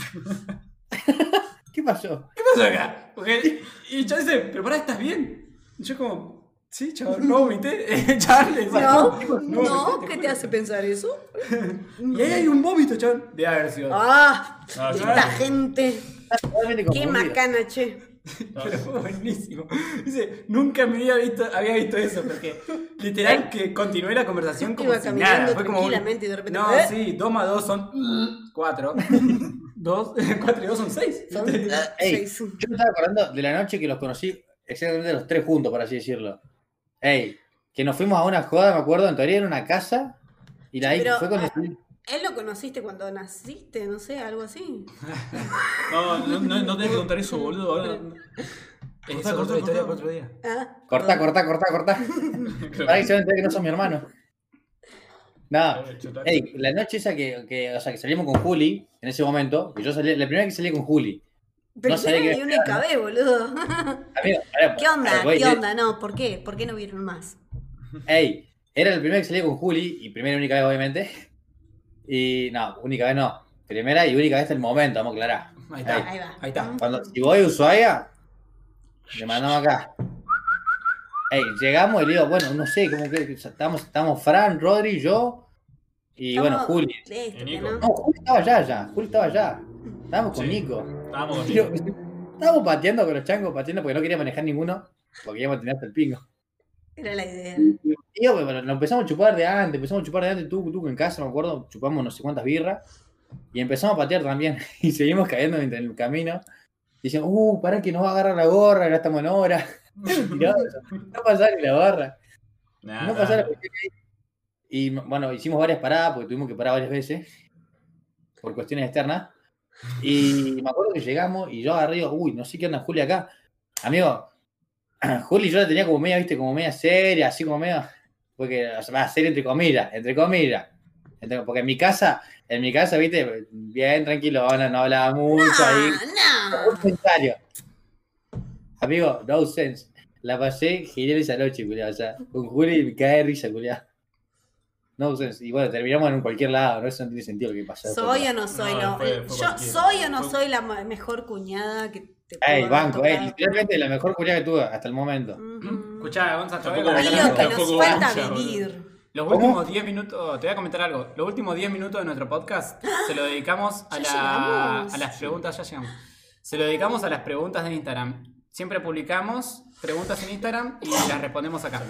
¿Qué pasó? ¿qué pasó acá? Porque- y yo dice, pero pará, ¿estás bien? Y yo como, sí, chaval, no vomité. chaval, le decía, No, no, no, te ¿qué te juro. hace pensar eso? Mm. Y ahí hay un vómito, chaval. De haber sido. Ah, Ah, esta claro. gente. Estás totalmente Qué confundido. macana, che. Pero fue buenísimo. Dice, nunca me había visto, había visto eso, porque literal que continué la conversación como Iba si caminando nada. Fue como, tranquilamente y de repente, No, ¿eh? sí, 2 más 2 son 4. 2, 4 y 2 son 6. Son Ey, seis. yo me estaba acordando de la noche que los conocí, exactamente los tres juntos, por así decirlo. Ey, que nos fuimos a una joda, me acuerdo, en teoría era una casa. Y la Sí, pero- ah, fue cuando. Él lo conociste cuando naciste, no sé, algo así. No, no, no, no tenés que contar eso, boludo. Ahora. Es Cortá, cortá, otra historia cortá. para otro día. Ah, Cortá, cortá, cortá, cortá. Para que se van a enterar que no son mi hermano. No, Ey, la noche esa que, que, o sea, que salimos con Juli, en ese momento, que yo salí, la primera vez que salí con Juli. Pero No sabía y que- única vez, boludo. Amigo, pará, ¿Qué onda? pará, voy, ¿Qué eh, onda? No, ¿por qué? ¿Por qué no vieron más? Ey, era la primera vez que salí con Juli, y primera y única vez, obviamente. Y no, única vez no. Primera y única vez hasta el momento, vamos a aclarar. Ahí está. Ahí va. ¿Mm? Ahí está. Cuando, si voy a Ushuaia, le mandamos acá. Ey, llegamos y le digo, bueno, no sé, como que o sea, estamos, estamos Fran, Rodri, yo, y bueno, Estamos- Juli. Listo, Y Nico. ¿no? No, Juli estaba allá, ya, Juli estaba allá. Estábamos con Sí. Nico. Estábamos con Pero, estábamos pateando con los changos, pateando porque no quería manejar ninguno, porque íbamos a tener hasta el pingo. Era la idea. Y yo, bueno, nos empezamos a chupar de antes, empezamos a chupar de antes, tú, tú, en casa, me acuerdo, chupamos no sé cuántas birras, y empezamos a patear también, y seguimos cayendo en el camino. Dicen, uh, pará que nos va a agarrar la gorra, ya estamos en hora. Tirado, no pasaba ni la gorra, Nah, no nah. pasaba la cuestión ahí. Y bueno, hicimos varias paradas, porque tuvimos que parar varias veces, por cuestiones externas. Y me acuerdo que llegamos y yo agarré, y digo, uy, no sé qué onda Juli acá. Amigo, Juli yo la tenía como media, viste, como media seria, así como media. Porque, o sea, va, seria entre comillas, entre comillas. Entonces, porque en mi casa, en mi casa, viste, bien tranquilo, no, no hablaba mucho ahí. Ah, no. Un comentario. Amigo, no sense. La pasé genial esa noche, culiado. O sea, con Juli me cae de risa, culiado. No sense. Y bueno, terminamos en cualquier lado, ¿no? Eso no tiene sentido lo que pasó. Soy o no soy, no. eh, No, fue- fue Yo cualquiera. soy o no Fue- soy la ma- mejor cuñada que te puedo Ey, haber banco, ey, tocado. literalmente la mejor culiada que tuve hasta el momento. Ujú. Escuchá, Gonza, te voy a Tampoco comentar Río algo. que Tampoco nos hubo falta cancha, boludo. vivir. Los ¿Cómo? últimos 10 minutos, te voy a comentar algo. Los últimos 10 minutos de nuestro podcast se lo dedicamos a, Ya la- llegamos. a las preguntas, ya llegamos. Se lo dedicamos a las preguntas de Instagram. Siempre publicamos preguntas en Instagram y las respondemos acá.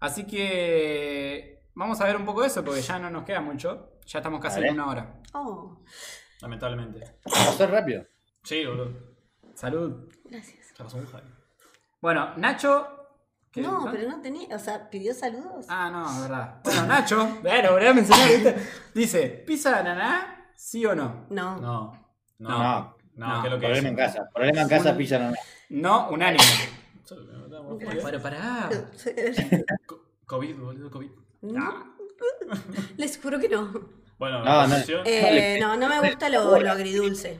Así que vamos a ver un poco eso, porque ya no nos queda mucho. Ya estamos casi Vale. en una hora. Oh, Lamentablemente. Pasó rápido. Sí, boludo. Salud. gracias. Ya pasó un jale. Bueno, Nacho. ¿qué- No, pero no tenía, o sea, pidió saludos. Ah, no, es verdad. Bueno, Nacho, bueno, volví a mencionar, ¿viste? Dice, ¿pizza de ananá? ¿Sí o no? No. No. No. No. No, No, ¿qué es lo que Problema es? en casa. Problema en casa, pilla no. No, unánime. Pero pará. Co- COVID, boludo, COVID. No. Les juro que no. Bueno, No, la no. posición. Eh, no, no me gusta lo, lo agridulce.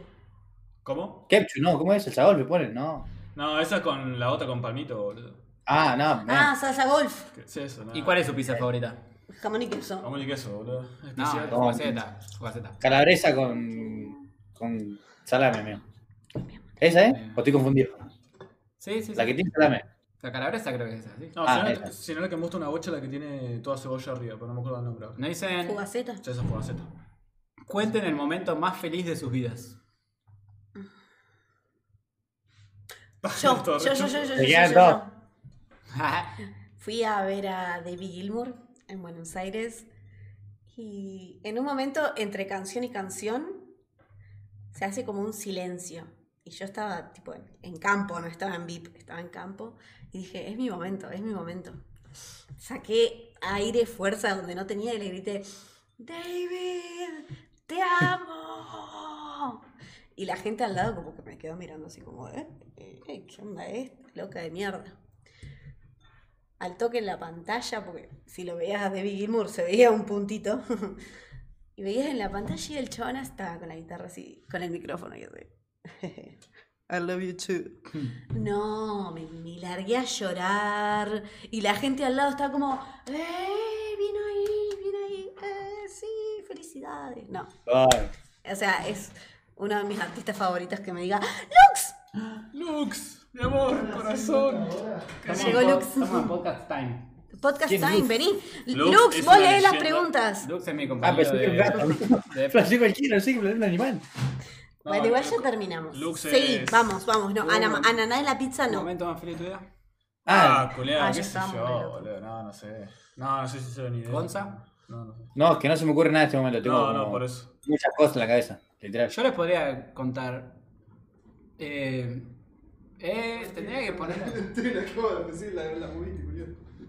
¿Cómo? Ketchup, no, ¿cómo es? El sabor le ponen, no. No, esa es con la otra con palmito, boludo. Ah, no, no. Ah, salsa golf. ¿Qué es eso? ¿Y cuál es su pizza favorita? Jamón y queso. Vamos y queso, boludo. No, Especial. no. fugaceta, fugaceta. Calabresa con. con salame, mío. ¿Esa, eh? ¿O estoy confundido? Sí, sí, sí. La que tiene salame. La calabresa creo que es esa, ¿sí? No, Ah, si no, esa. si no la que me gusta una bocha la que tiene toda cebolla arriba, pero no me acuerdo el nombre ahora. Nos dicen, Fugaceta. Ya esa fue Z. cuenten el momento más feliz de sus vidas. Yo, yo, yo, yo, yo, yo, Me yo, quedan yo, dos. yo. Fui a ver a David Gilmour en Buenos Aires y en un momento entre canción y canción se hace como un silencio. Y yo estaba tipo en, en campo, no estaba en VIP, estaba en campo y dije, es mi momento, es mi momento. Saqué aire, fuerza donde no tenía y le grité, David, te amo. Y la gente al lado como que me quedó mirando así como, "Eh, eh, ¿Qué onda esta loca de mierda? al toque en la pantalla, porque si lo veías a David Gilmour se veía un puntito. y veías en la pantalla y el chabón estaba con la guitarra así, con el micrófono y así. I love you too. No, me, me largué a llorar. Y la gente al lado estaba como, ¡eh! Vino ahí, vino ahí, ¡eh! Sí, felicidades. No, Ay, o sea, es uno de mis artistas favoritos que me diga, ¡Lux! Lux, mi amor, corazón. Llegó Lux. Toma podcast time. Podcast ¿Quién es time, Lux? vení. Lux Lux, es vos una lees las leyenda. preguntas. Lux es mi Ah, compañero pensé que un gato. de... de- Flashé cualquiera, sí, pero es un animal. No, bueno, igual ya Lux- terminamos. Lux sí, es- vamos, vamos. No, Uh, ana- ananá en la pizza ¿El no. momento más feliz de tu vida? Ah, Ah, culiado, Ah, ya qué sé estábamos yo, en el otro. boludo. No, no sé. No, no sé si se ve ni Eh. idea. ¿Gonza? No, no sé. no, es que no se me ocurre nada en este momento. Tengo No, no, como por eso. muchas cosas en la cabeza, literal. Yo les podría contar... Eh, eh, tendría que poner... Estoy en la acabo de decir la, la moviste, boludo.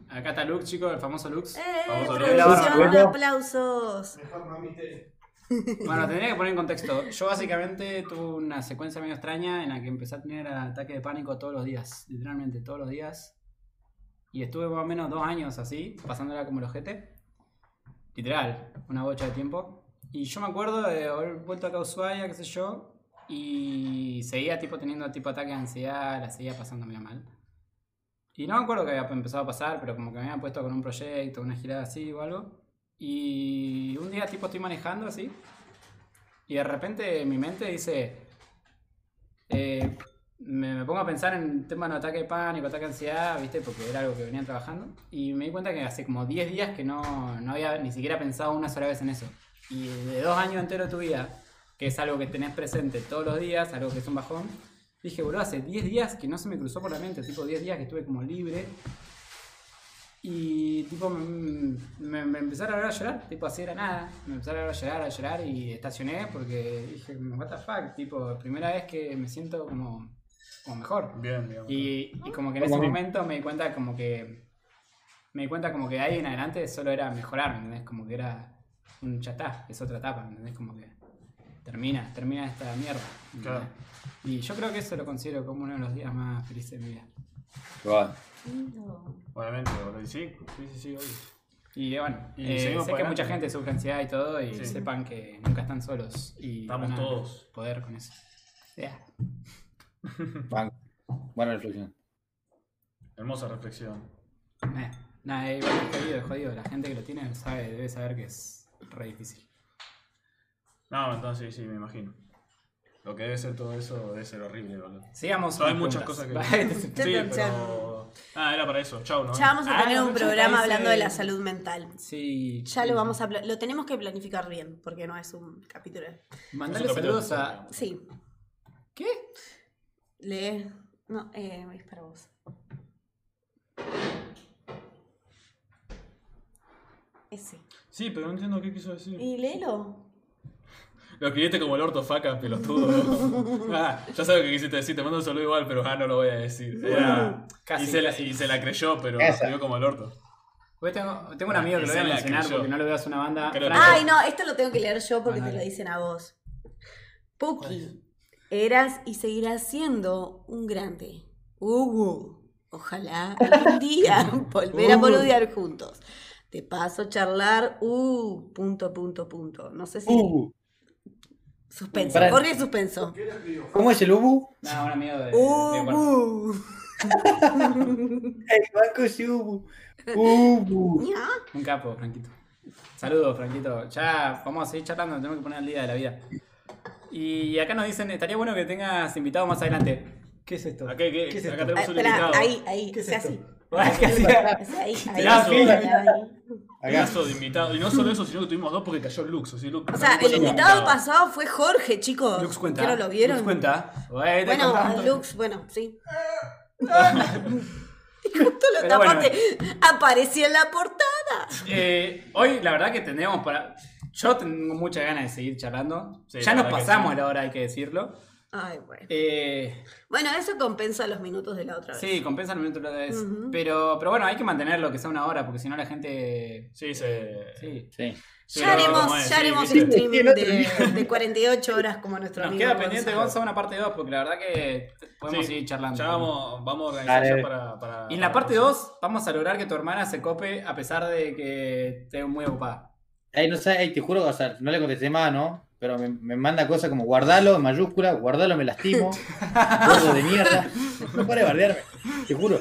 Acá está Lux, chico, el famoso Lux. ¡Eh! Vamos a producción, ver. Bueno. aplausos. Dejarme a mí te. Bueno, tendría que poner en contexto. Yo básicamente tuve una secuencia medio extraña en la que empecé a tener ataque de pánico todos los días, literalmente todos los días. Y estuve más o menos dos años así, pasándola como el ojete. Literal, una bocha de tiempo. Y yo me acuerdo de haber vuelto acá a Ushuaia, qué sé yo, y seguía tipo teniendo tipo ataque de ansiedad, la seguía pasando medio mal. Y no me acuerdo que había empezado a pasar, pero como que me habían puesto con un proyecto, una girada así o algo. Y un día tipo estoy manejando así, y de repente mi mente dice. eh, me, me pongo a pensar en temas de ataque de pánico, ataque de ansiedad, ¿viste? Porque era algo que venían trabajando. Y me di cuenta que hace como 10 días que no, no había ni siquiera pensado una sola vez en eso. Y de dos años enteros de tu vida, que es algo que tenés presente todos los días, algo que es un bajón, dije, boludo, hace 10 días que no se me cruzó por la mente, tipo 10 días que estuve como libre. Y tipo, me, me, me empezaron a ver a llorar, tipo así era nada. Me empezaron a ver a llorar, a llorar y estacioné porque dije, what the fuck, tipo, primera vez que me siento como, como mejor. Bien, bien. Y, y como que en Como ese que- momento me di cuenta como que. Me di cuenta como que de ahí en adelante solo era mejorar, ¿me entendés? Como que era un ya está, es otra etapa, ¿me entendés? Como que termina, termina esta mierda. ¿me Claro. entendés? Y yo creo que eso lo considero como uno de los días más felices de mi vida. Bueno, Lindo. Obviamente, boludo. Y sí, sí, sí, sí, obvio. Y eh, bueno, Y eh, seguimos sé para que mucha adelante. gente sufre ansiedad y todo, y Sí. sepan que nunca están solos. Y Estamos van a todos. Poder con eso. Yeah. Banco. Buena reflexión. Hermosa reflexión. Eh, Nada, eh, igual es jodido, es jodido. La gente que lo tiene sabe, debe saber que es re difícil. No, entonces sí, sí, me imagino. Lo que debe ser todo eso debe ser horrible, boludo. Sigamos. No, hay con muchas preguntas. cosas que- Vale. Chan, Sí, chan, pero. Ah, era para eso. Chau, ¿no? Ya vamos a Ah, tener no, un muchos programa países- hablando de la salud mental. Sí. Ya lo vamos a pla- lo tenemos que planificar bien, porque no es un capítulo. Mandale Es un capítulo saludos a. Sí, ¿Qué? lee. No, eh, es para vos. Ese. Sí, pero no entiendo qué quiso decir. Y léelo. Lo escribiste como el orto faca, pelotudo. ah, ya sabes lo que quisiste decir, te mando un saludo igual, pero ah, no lo voy a decir. Era- Casi, y, se la, casi. y se la creyó, pero Esa. escribió como el orto. Hoy tengo, tengo un amigo que lo voy a Ah, Esa es la que mencionar yo- porque no lo veo hace una banda. Creo que- Franco. Ay, no, esto lo tengo que leer yo porque Ah, te lo dale. dicen a vos. ¿Cuál es? Puki, eras y seguirás siendo un grande. Hugo, ojalá algún día volver a Uh. boludear juntos. Te paso charlar, uh, punto, punto, punto. No sé si. Uh, suspenso. Fran. Jorge suspenso. Eh, ¿Qué eres río? ¿Cómo es el Ubu? No, un amigo de. de cuarto. Uh, El banco es Ubu. Ubu. Ña. Un capo, Franquito. Saludos, Franquito. Ya vamos a seguir charlando, nos tenemos que poner al día de la vida. Y acá nos dicen, estaría bueno que tengas invitado más adelante. ¿Qué es esto? Acá, ¿qué? ¿Qué es esto? Acá Ah, tenemos un espera, invitado. ahí, ahí, ¿Qué o es sea, esto? así. Ay, casi- O sea, ahí, ahí, Tirazo. ahí, ahí. Acá. Pedazo de invitado. Y no solo eso, sino que tuvimos dos porque cayó Lux. O sea, Lux- O sea, Lux el era invitado pasado fue Jorge, chicos. Lux cuenta. ¿Qué no lo vieron? Lux cuenta. Bueno, Bueno, Lux, bueno, sí. Y justo lo Pero bueno. tapaste. Apareció en la portada. Eh, hoy la verdad que tendríamos para... Yo tengo muchas ganas de seguir charlando. Sí, ya la nos verdad que pasamos sí. la hora, hay que decirlo. Ay, bueno. Eh, Bueno, eso compensa los minutos de la otra vez. sí, compensa el minuto de otra vez. Ujú. pero, pero bueno, hay que mantenerlo, que sea una hora, porque si no la gente... Sí, se. Sí. Sí. ya pero haremos, como es, ya sí, haremos viste. streaming El otro de, de 48 horas como nuestro Nos amigo. queda pendiente, Gonzalo. Gonza, una parte 2, porque la verdad que podemos Sí, seguir charlando. Ya vamos, vamos a organizar Dale. ya para, para- Y en la para parte eso. 2 vamos a lograr que tu hermana se cope a pesar de que esté muy ocupada. Ey, no sé, ey, te juro, o sea, no le contesté más, ¿no? Pero me, me manda cosas como guardalo en mayúscula, guardalo me lastimo, gordo de mierda. No para de bardearme, te juro.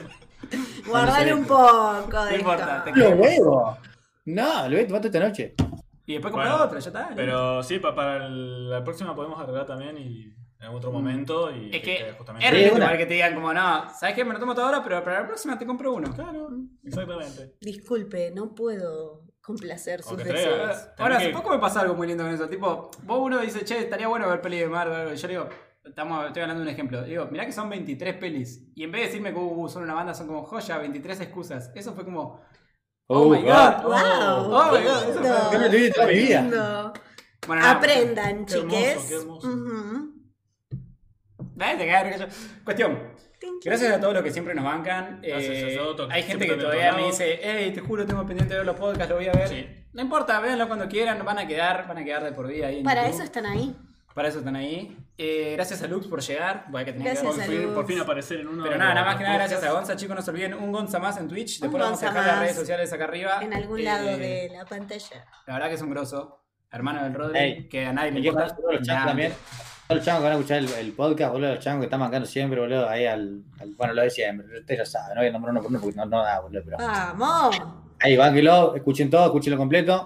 Guardale un poco de No importa, esto. te Los huevos. No, lo voy a tomar toda esta noche. Y después comprar Bueno, otra, ya está. Pero sí, pa- para, el- la próxima podemos arreglar también y en otro momento. Y Mm. es que justamente. es ridículo una. ver que te digan como, no, ¿sabes qué? Me lo tomo toda ahora, pero para la próxima te compro uno. Claro, exactamente. Disculpe, no puedo complacer sus Aunque traiga- deseos. Ahora, También hace que- poco me pasa algo muy lindo con eso. Tipo, vos uno dice, che, estaría bueno ver peli de Marvel. o algo, Y yo le digo, estamos, estoy hablando de un ejemplo. Digo, mirá que son 23 pelis. Y en vez de decirme que uh, son una banda, son como joya, 23 excusas. Eso fue como, oh, Uh, my ah. god. Wow, Oh, qué my God, eso Ah, lindo. Yo no lo vi en toda mi vida. Lindo. Bueno, nada, Aprendan, Qué hermoso, chiques. qué hermoso. Ujú. Dale, te cagar, qué sé yo. Cuestión. Thank you. Gracias a todos los que siempre nos bancan. Gracias Eh, a todos los que hay gente siempre que del todavía otro me lado. dice, hey, te juro, tengo pendiente de ver los podcasts, lo voy a ver. Sí. No importa, véanlo cuando quieran, van a quedar, van a quedar de por vida ahí. en Para YouTube. eso están ahí. Para eso están ahí. Eh, gracias a Lux por llegar. Voy a que tenía que Gracias Por ver. a fin, Salud. por fin aparecer en uno Pero de nada, los- nada más que nada, los gracias a podcasts. Gonza, chicos. No se olviden, un Gonza más en Twitch. Después Un vamos a Gonza dejar las más. redes sociales acá arriba. En algún Eh, lado de la pantalla. La verdad que es un grosso. Hermano del Rodri, Ey, que a nadie le Y que para importa. todos los changos Nada. también. Todos los changos que van a escuchar el, el podcast, boludo, los changos que están bancando siempre, boludo, ahí al, al- Bueno, lo de siempre, ustedes ya saben, no voy a nombrar uno por uno porque no, no da, boludo, pero. Ah. ¡Vamos! Ahí, bánquenlo, escuchen todo, escúchenlo completo.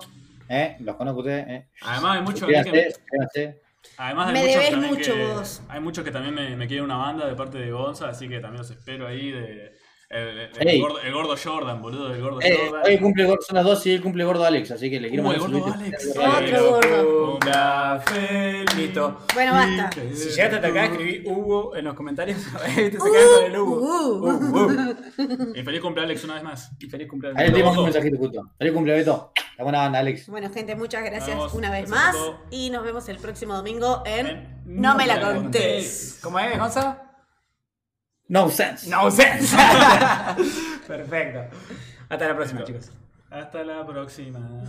Eh, los conozco ustedes, eh. Además, hay muchos Suscríbanse, que- suscríbanse. Además hay Me muchos debes también mucho que, vos. Hay muchos que también me, me quieren una banda de parte de Gonza, así que también los espero ahí de. El, el- el Ey. gordo, el gordo Jordan, boludo, el gordo Eh, Jordan. hoy cumple gordo, son las 12 y él cumple gordo Alex, así que le quiero Uh, el mandar gordo saluditos. Alex. Gordo Otro Pero- gordo. Hola, Felito. Bueno, basta. Si llegaste hasta acá, escribí Hugo en los comentarios. Te Uh, sacaste con el Hugo. uh. Uh, uh. Y feliz cumpleaños, Alex, una vez más. Y feliz cumpleaños. Ahí le dimos Gordo. un mensajito justo. Feliz cumple, Beto. La buena banda, Alex. Bueno, gente, muchas gracias Nos vemos. una vez Gracias a más. todos. Y nos vemos el próximo domingo en En No me la contés. ¿Cómo es, Gonza? No sense. No sense. Perfecto. Hasta la próxima, chicos. Hasta la próxima.